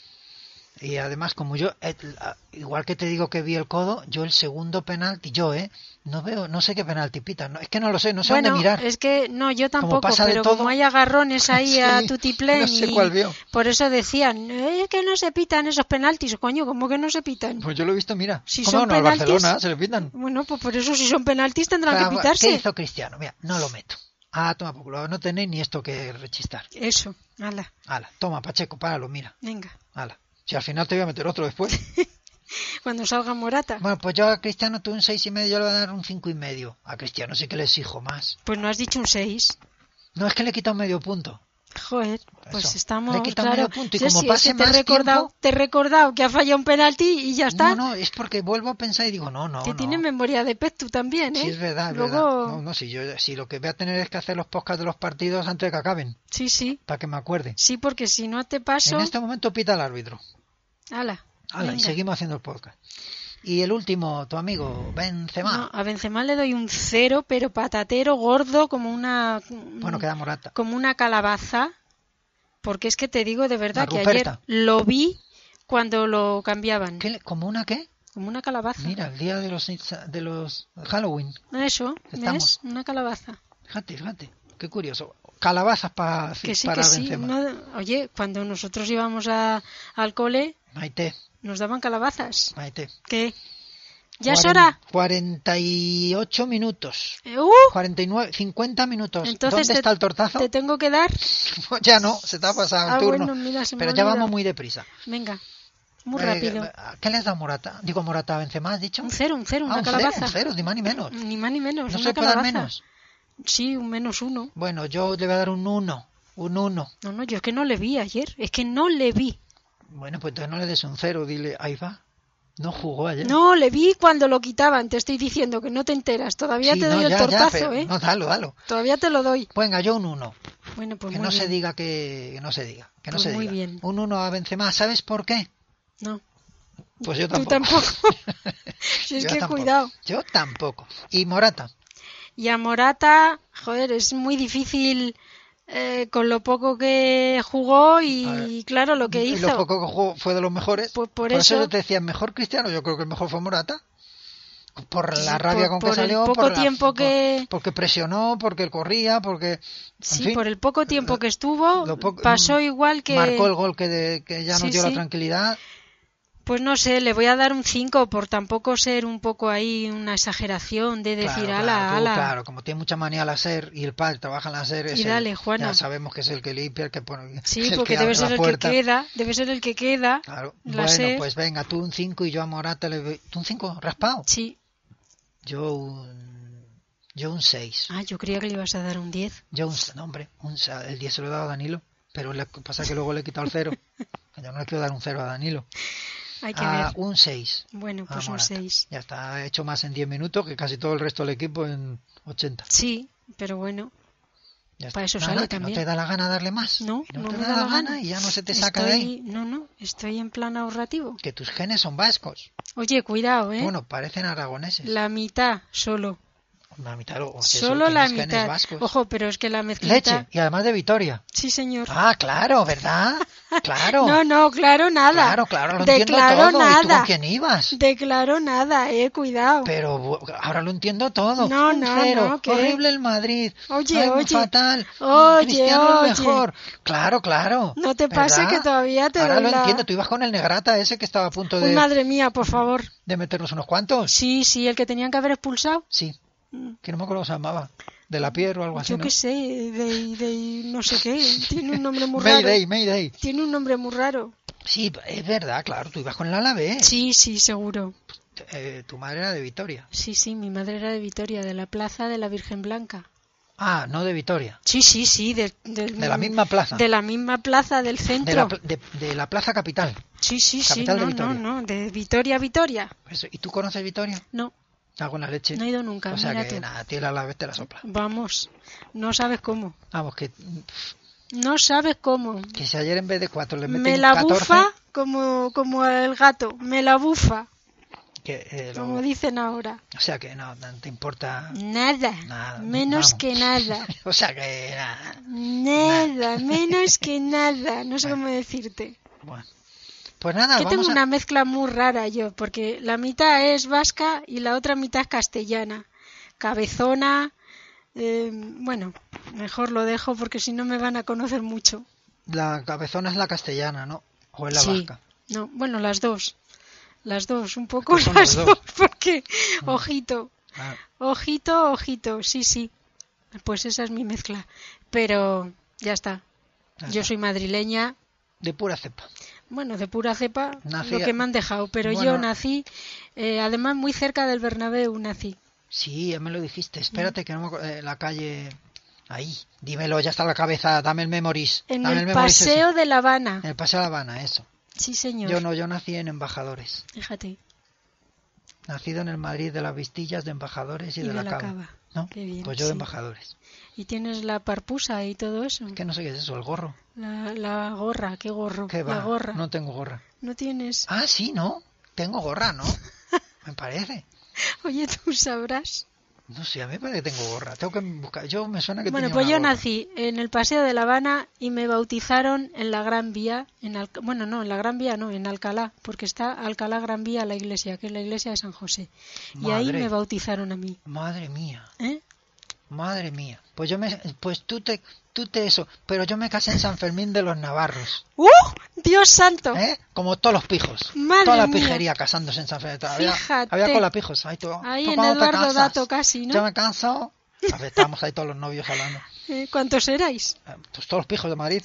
Y además, como yo, eh, la- igual que te digo que vi el codo, yo el segundo penalti, yo, ¿eh? No veo, no sé qué penalti pita, no, es que no lo sé, no sé
bueno, eh,
dónde mirar.
es que no, yo tampoco,
pasa de
pero
todo.
como hay agarrones ahí
Sí,
a tutiplén
no sé
y
cuál veo.
por eso decían, "Eh, es que no se pitan esos penaltis, coño, ¿cómo que no se pitan?
Pues yo lo he visto, mira.
Si
¿Cómo
son
no? Al
penaltis-
Barcelona se le pitan.
Bueno, pues por eso si son penaltis tendrán
Ah,
que
va,
pitarse.
¿Qué hizo Cristiano? Mira, no lo meto. Ah, toma, por culo, no tenéis ni esto que rechistar.
Eso, ala,
Ala, toma, Pacheco, páralo, mira.
venga.
Ala. Si al final te voy a meter otro después.
Cuando salga Morata.
bueno, pues yo a Cristiano tuve un seis y medio, yo le voy a dar un cinco y medio. A Cristiano sí que le exijo más.
Pues no has dicho un 6.
No, es que le he quitado medio punto.
Joder, pues
Eso.
estamos.
Le he quitado
claro.
medio punto y
Sí,
como
sí, es
pase
que te he
más
recordado,
tiempo-
te he recordado que ha fallado un penalti y ya está.
No, no, es porque vuelvo a pensar y digo, no, no.
que
no.
tiene memoria de pez tú también, ¿eh?
Sí, es verdad, es
Luego,
verdad. No, no, si, yo, si lo que voy a tener es que hacer los podcasts de los partidos antes de que acaben,
sí, sí,
para que me acuerde.
sí, porque si no te paso,
En este momento pita el árbitro.
ala,
Hala, y
venga.
seguimos haciendo el podcast. Y el último, tu amigo,
No,
Benzema.
a Benzema le doy un cero, pero patatero, gordo, como una, mm.
Bueno, queda Morata.
como una calabaza, porque es que te digo de verdad
La
que ayer
Ruperta.
lo vi cuando lo cambiaban,
¿Qué le- ¿Como una qué?
como una calabaza.
Mira, el día de los, de los Halloween.
Eso,
Estamos.
¿ves? Una calabaza.
Fíjate, fíjate. Qué curioso. Calabazas pa-
Que sí,
para
que sí.
Benzema.
no- oye, cuando nosotros íbamos a- al cole,
Maite,
nos daban calabazas.
Maite.
¿Qué? ¿Ya es
Cuaren-
hora?
48 minutos.
Eh, ¡Uh!
49, 50 minutos.
Entonces
¿Dónde
te,
está el tortazo?
te tengo que dar.
ya no, se te ha pasado el
Ah,
turno.
bueno, mira, se me
Pero
ha
ya
olvidado.
vamos muy deprisa.
Venga, muy
Eh,
rápido.
¿Qué le has dado a Morata? Digo Morata a Benzema, ¿has dicho?
Un cero, un cero,
Ah,
una
un cero,
calabaza.
un cero, ni más ni menos.
Ni más ni menos.
No
una
se puede dar
calabaza.
menos.
Sí, un menos uno.
Bueno, yo le voy a dar un 1. Un 1.
No, no, yo es que no le vi ayer. Es que no le vi.
Bueno, pues entonces no le des un 0, dile, ahí va. No jugó ayer.
No, le vi cuando lo quitaban. Te estoy diciendo que no te enteras. Todavía
Sí,
te doy
no,
el
ya, ya,
tortazo,
pero-
¿eh?
No, dalo, dalo.
Todavía te lo doy.
Venga, yo un 1.
Bueno, pues
que
muy
no se
bien.
diga que, que no se diga. Que no
Pues
se
muy
diga.
bien.
Un 1 a Benzema, ¿sabes por qué?
No.
Pues yo
Tú
tampoco.
tampoco. Si es
Yo
que
tampoco.
cuidado.
Yo tampoco. Y Morata.
Y a Morata, joder, es muy difícil eh, con lo poco que jugó y,
A ver,
claro, lo que
Y
hizo.
Lo poco que jugó fue de los mejores.
Pues por
eso...
eso-
yo te decía, mejor Cristiano, yo creo que el mejor fue Morata. Por
Sí,
la rabia
por-
con que
por el
salió,
poco
por la-
tiempo
por-
que-
porque presionó, porque corría, porque en
Sí,
fin, eh,
por el poco tiempo que estuvo, mm,
lo poco-
pasó igual que...
marcó el gol que, de- que ya nos
Sí,
dio la
sí.
tranquilidad.
Pues no sé, le voy a dar un 5 por tampoco ser un poco ahí una exageración de decir
claro,
ala,
claro, tú,
ala.
claro, como tiene mucha manía la SER y el padre trabaja en la SER, es
Y
el-
dale, Juana.
ya sabemos que es el que limpia, el que pone. el
Sí,
que
porque
abre
debe ser
la
el que
puerta.
queda, debe ser el que queda.
Claro.
la
bueno,
SER.
pues venga, tú un 5 y yo a Morata le doy. ¿Tú un 5? ¿Raspado?
Sí.
Yo un. Yo un 6.
Ah, yo creía que le ibas a dar un 10.
Yo un. No, hombre, un sa- el 10 se lo he dado a Danilo, pero le pasa que luego le he quitado el 0. Yo no le quiero dar un 0 a Danilo.
Hay que
Ah,
ver.
un 6.
Bueno,
a
pues un
Morata.
6.
Ya está, ha hecho más en 10 minutos que casi todo el resto del equipo en 80.
Sí, pero bueno.
Ya
Para
está.
eso
Nada,
sale
que
también.
No te da la gana darle más.
No,
Y
no,
te
me
da, la gana, y ya no se te saca de ahí.
Estoy- No, no, estoy en plan ahorrativo.
Que tus genes son vascos.
Oye, cuidado, ¿eh?
Bueno, parecen aragoneses.
la mitad solo.
La mitad, o sea, eso,
solo la
tienes genes
mitad.
vascos.
Ojo, pero es que la mezclita.
Leche, y además de Vitoria.
Sí, señor.
Ah, claro, ¿verdad? Claro.
No, no, claro, nada.
Claro, claro, lo
Declaro
entiendo todo. ¿Y tú
nada.
con quién ibas?
Declaro nada, eh, cuidado.
Pero bu- ahora lo entiendo todo.
No,
Un
no,
cero.
no, ¿qué?
Horrible el Madrid.
Oye,
Ay,
oye.
Fatal.
Oye,
Cristiano
oye.
el mejor. Claro, claro.
No te pase
¿Verdad?
que todavía te
Ahora
doy
lo
la-
entiendo. Tú ibas con el negrata ese que estaba a punto
Uy,
de,
madre mía, por favor.
de meternos unos cuantos.
Sí, sí, el que tenían que haber expulsado.
Sí. Que no me acuerdo cómo se llamaba. de la piel o algo así.
Mm. Yo
¿no?
qué sé, de, de no sé qué. Tiene un nombre muy raro.
Mayday, Mayday.
Tiene un nombre muy raro.
Sí, es verdad, claro, tú ibas con la Alavés.
Sí, sí, seguro.
Eh, tu madre era de Vitoria.
Sí, sí, mi madre era de Vitoria, de la plaza de la Virgen Blanca.
Ah, no de Vitoria.
Sí, sí, sí, de, del-
De la misma plaza.
De la misma plaza del
De
centro.
la, pl- de, de la Plaza Capital.
Sí, sí, sí,
capital de
no, no,
Vitoria.
no, de Vitoria a Vitoria.
Eso, ¿Y tú conoces Vitoria?
No,
Hago la leche.
no he ido nunca.
o sea
Ah, mira
que
tú.
nada, a ti la Alavés te la sopla.
Vamos, no sabes cómo.
Vamos, que, pff,
No sabes cómo.
que si ayer en vez de cuatro le meten
Me la
14,
bufa como, como el gato, me la bufa,
que, eh, lo-
como dicen ahora.
o sea que no, no te importa
Nada,
nada.
menos
vamos.
que nada.
o sea que nada.
Nada, menos que nada. No sé cómo decirte.
Bueno. Pues nada,
que
vamos
tengo
a...
una mezcla muy rara yo, porque la mitad es vasca y la otra mitad es castellana. Cabezona. eh, bueno, mejor lo dejo porque si no me van a conocer mucho.
La cabezona es la castellana, ¿no? O es la
Sí.
vasca.
No, bueno, las dos. Las dos, un poco
Es que Pues son
las
las
dos,
dos.
porque ojito,
Ah,
ojito, ojito, sí, sí. Pues esa es mi mezcla. Pero ya está.
Ya
Yo
está.
soy madrileña,
de pura cepa.
Bueno, de pura cepa,
Nací-
lo que me han dejado, pero yo
Bueno.
nací, eh, además muy cerca del Bernabéu nací.
Sí, ya me lo dijiste. Espérate que no me acuerdo. eh, la calle... Ahí. Dímelo, ya está la cabeza. Dame el memoris.
En
Dame
el
memoris ese.
Paseo de La Habana.
En el Paseo de La Habana, eso.
Sí, señor.
Eh, Yo no, yo nací en Embajadores.
Fíjate.
Nacido en el Madrid de las Vistillas, de Embajadores y, de, la, Cava. ¿No?
Qué bien,
pues yo de
sí.
Embajadores.
Y tienes la parpusa y todo eso.
Que no sé qué es eso, el gorro.
La, la gorra, qué gorro.
¿Qué
la
va?
gorra. No,
No tengo gorra.
tienes.
Ah, sí, ¿no? Tengo gorra, ¿no? Me parece.
Oye, tú sabrás.
No sé, a mí me parece que tengo gorra. Tengo que buscar. Yo me suena que
Bueno,
tenía
pues
una
yo
gorra.
nací en el Paseo de La Habana y me bautizaron en la Gran Vía. En Al- Bueno, no, en la Gran Vía no, en Alcalá, porque está Alcalá Gran Vía la iglesia, que es la iglesia de San José. Y ahí
Madre.
me bautizaron a mí.
Madre mía,
¿eh?
madre mía. Pues yo me, pues tú te, tú te eso. Pero yo me casé en San Fermín de los Navarros,
¡Uh! ¡Dios santo!
¿eh? Como todos los pijos.
Madre
Toda la
mía.
pijería casándose en San Fermín. Había,
Fíjate.
había con la pijos. Ahí, tú,
Ahí
¿tú
en
cuándo te
Eduardo
casas?
Dato casi, ¿no?
Yo me canso. A ver, estábamos ahí todos los novios hablando.
Eh, ¿Cuántos erais?
Eh, Pues todos los pijos de Madrid.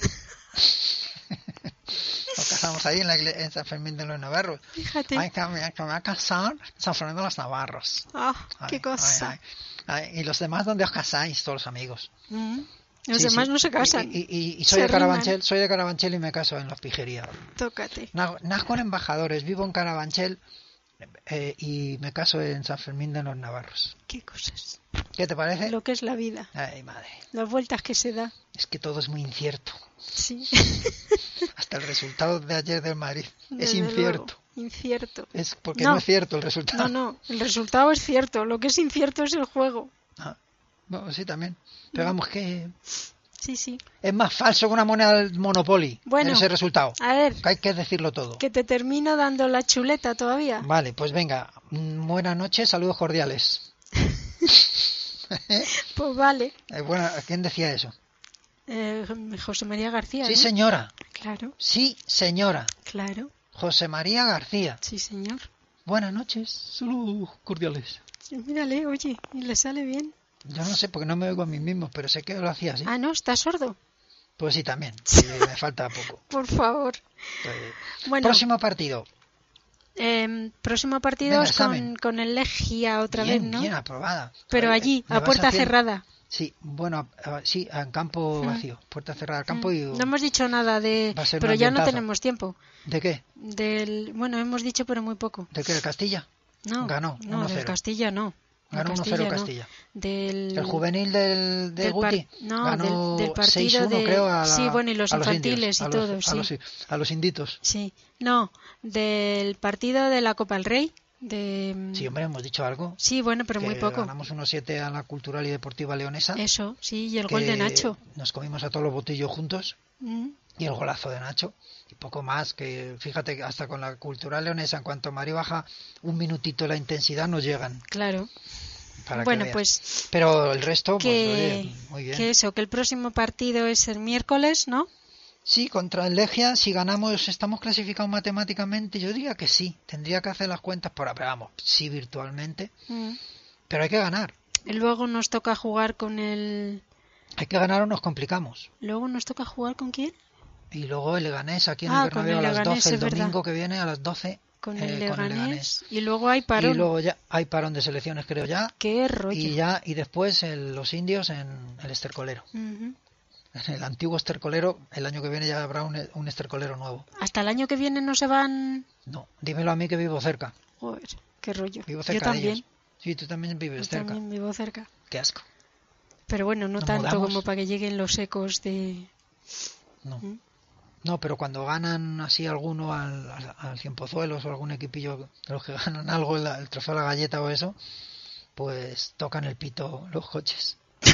Nos casamos ahí en, la igle- en San Fermín de los Navarros.
Fíjate.
Ay, que me, que me va a casar San Fernando de los Navarros.
¡Ah!
Ay,
¡Qué cosa!
ay, ay. Ay, ¿Y los demás dónde os casáis? Todos los amigos.
Mm. Los
Sí,
demás
sí.
no se casan.
Y, y- y- y soy
Se
de Carabanchel,
riman.
soy de Carabanchel y me caso en las pijerías.
Tócate.
Na- Nazco en Embajadores, vivo en Carabanchel eh, y me caso en San Fermín de los Navarros.
¡Qué cosas!
¿Qué te parece?
Lo que es la vida.
Ay, madre,
Las vueltas que se da.
es que todo es muy incierto.
Sí.
Hasta el resultado de ayer del Madrid es
Desde luego.
incierto. Ah.
Incierto.
Es porque
No.
no. es cierto el resultado.
No, no, el resultado es cierto, lo que es incierto es el juego.
Ah, bueno, sí, también. Pero vamos que
Sí, sí.
es más falso que una moneda del Monopoly.
Bueno. Ah.
ese resultado.
A ver,
Hay que decirlo todo.
que te termino dando la chuleta todavía.
Vale, pues venga. mm, Buenas noches, saludos cordiales.
Pues vale.
Eh, bueno, ¿quién decía eso?
Eh, José María García.
Sí,
¿no?
señora.
Claro,
Sí, señora.
claro.
José María García.
Sí, señor.
Buenas noches, saludos cordiales.
Sí, Mírale, oye, y le sale bien.
Yo no sé porque no me oigo a mí mismo, pero sé que lo hacía así.
Ah, no, está sordo.
Pues sí, también. sí, me falta poco.
Por favor.
Eh,
Bueno,
Próximo partido.
em, próximo partido
Venga,
es con,
examen.
con el Legia otra
bien,
vez, ¿no?
bien aprobada.
Pero
Eh,
allí,
me
a
vas
puerta
haciendo-
cerrada.
Sí, bueno, a- a- sí, en campo vacío. Puerta cerrada al campo y...
Mm, No hemos dicho nada de...
Va a ser un
Pero ya no
ambientazo.
tenemos tiempo.
¿De qué?
Del... Bueno, hemos dicho, pero muy poco.
¿De qué? ¿De Castilla?
No,
Ganó,
no, del
1-0.
Castilla no. Del
Ganó 1-0
no.
Castilla.
Del,
El juvenil del, de
del par-
Guti
no,
ganó
del- del partido
6-1,
de-
creo, a la-
sí, bueno, y los
a indios,
infantiles y
a los-
todo,
a
sí.
los- a los inditos.
Sí, no, del partido de la Copa del Rey. De,
Sí, hombre, hemos dicho algo.
Sí, bueno, pero
que
muy poco.
Ganamos 1-7 a la Cultural y Deportiva Leonesa.
Eso, sí, y el
que
gol de Nacho.
Nos comimos a todos los botillos juntos
Mm,
y el golazo de Nacho. Y poco más, que fíjate, que hasta con la Cultural Leonesa, en cuanto Mari baja un minutito la intensidad, nos llegan.
Claro.
Para que
Bueno,
veas.
pues
Pero el resto, pues,
que,
oye, muy bien.
que eso, que el próximo partido es el miércoles, ¿no?
Sí, contra el Legia, si ganamos, estamos clasificados matemáticamente, yo diría que sí. Tendría que hacer las cuentas por pero vamos, sí virtualmente,
Mm,
pero hay que ganar.
Luego nos toca jugar con el.
Hay que ganar o nos complicamos.
Luego nos toca jugar con quién?
Y luego el Leganés aquí en
Ah,
el
con
Bernabéu
el
a las
Leganés,
12, el
es verdad.
domingo que viene a las 12
Con
eh,
el
con el
Leganés.
Leganés.
y luego hay parón.
Y luego ya hay parón de selecciones creo ya
Qué rollo.
y ya y después el- los indios en el estercolero.
Ujú.
En el antiguo estercolero, el año que viene ya habrá un, un estercolero nuevo.
Hasta el año que viene no se van.
No, dímelo a mí que vivo cerca.
Joder, qué rollo.
Vivo
Yo
cerca de
también.
ellos. Sí, tú también vives
Yo
cerca.
también vivo cerca.
Qué asco.
Pero bueno, no
¿Nos
tanto
mudamos?
como para que lleguen los ecos de.
No.
¿Mm?
No, pero cuando ganan así alguno al, al, al Ciempozuelos o algún equipillo de los que ganan algo, el, el trofeo a la galleta o eso, pues tocan el pito los coches.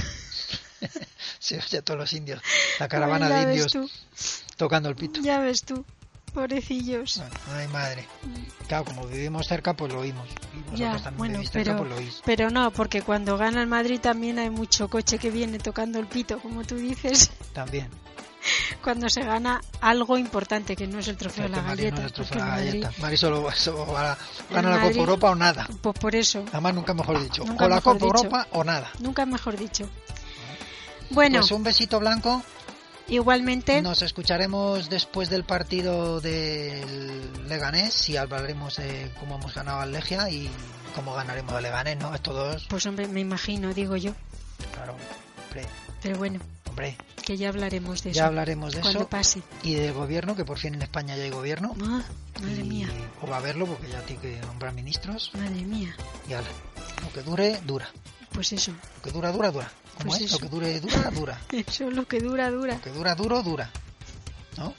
Se oye a todos los indios, la caravana
Ay, Pues ya
de indios
ves tú,
tocando el pito.
Ya ves tú. Pobrecillos.
Bueno, ay madre. Claro, como vivimos cerca, pues lo oímos. Y vosotros
Ya,
también
bueno,
vivís cerca,
pero,
pues lo oís.
pero no, porque cuando gana el Madrid también hay mucho coche que viene tocando el pito, como tú dices,
También.
cuando se gana algo importante, que no es el trofeo de
Este
la
Mari no
galleta.
nos trofea
porque
la
el Madrid-
galleta. Mari solo, solo gana,
El
gana la Copa
Madrid-
Europa o nada.
Pues por eso,
Además, nunca mejor dicho.
Nunca
o la
mejor
Copa
dicho.
Europa o nada.
nunca mejor dicho. Bueno,
Pues un besito blanco.
igualmente,
Nos escucharemos después del partido del Leganés y hablaremos de cómo hemos ganado al Legia y cómo ganaremos al Leganés, ¿no? Estos dos,
pues hombre, me imagino, digo yo.
claro, hombre,
Pero bueno,
hombre,
que ya hablaremos de eso
ya hablaremos de
cuando
eso
pase.
y del gobierno, que por fin en España ya hay gobierno.
Ah, madre
Y-
mía,
O va a haberlo porque ya tiene que nombrar ministros
madre mía.
y ala. Lo que dure, dura.
Pues eso,
Lo que dura, dura, dura. ¿Cómo
Pues
es?
eso.
Lo que dure, dura, dura.
eso es lo que dura, dura.
Lo que dura, duro, dura. ¿No?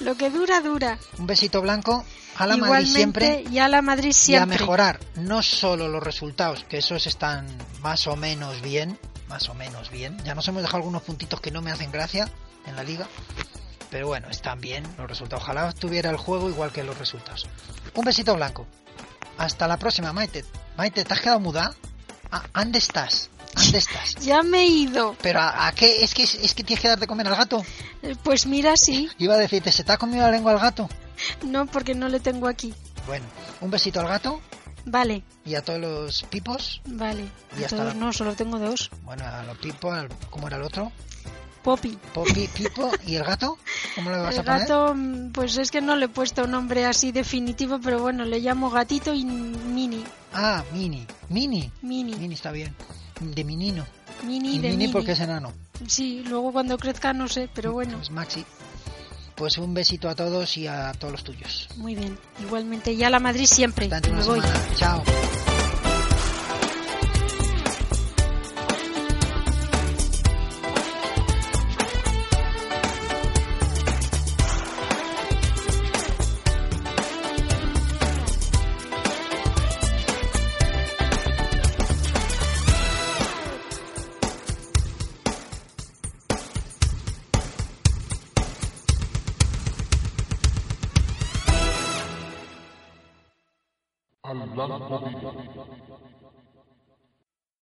Lo que dura, dura.
Un besito blanco. A la Madrid
igualmente,
siempre.
y a la Madrid
y a
siempre.
mejorar no solo los resultados, que esos están más o menos bien, más o menos bien. Ya nos hemos dejado algunos puntitos que no me hacen gracia en la liga, pero bueno, están bien los resultados. Ojalá estuviera el juego igual que los resultados. Un besito blanco. Hasta la próxima, Maite. Maite, ¿te has quedado muda? Ah, ¿Dónde estás? ¿Dónde estás?
Ya me he ido.
Pero ¿a, a qué? ¿Es que, ¿Es que tienes que dar de comer al gato?
Eh, Pues mira, sí.
Iba a decirte, ¿se te ha comido la lengua al gato?
No, porque no le tengo aquí.
Bueno, un besito al gato
Vale,
y a todos los pipos.
vale.
Ya
A
está.
todos no, solo tengo dos.
Bueno, a los Pipo, al- ¿cómo era el otro?
Poppy.
Popi, Pipo y el gato. ¿Cómo lo vas
El
a poner?
gato, mm, pues es que no le he puesto un nombre así definitivo, pero bueno, le llamo gatito y mini.
Ah, Mini. Mini.
Mini.
Mini está bien. De menino.
Mini
Y
de
mini,
mini.
porque es enano.
Sí, luego cuando crezca no sé, pero bueno.
Es Maxi. Pues un besito a todos y a todos los tuyos.
Muy bien. Igualmente, ya la Madrid siempre.
Hasta dentro de
Me
una
voy.
semana. Chao.
al blanco vivo.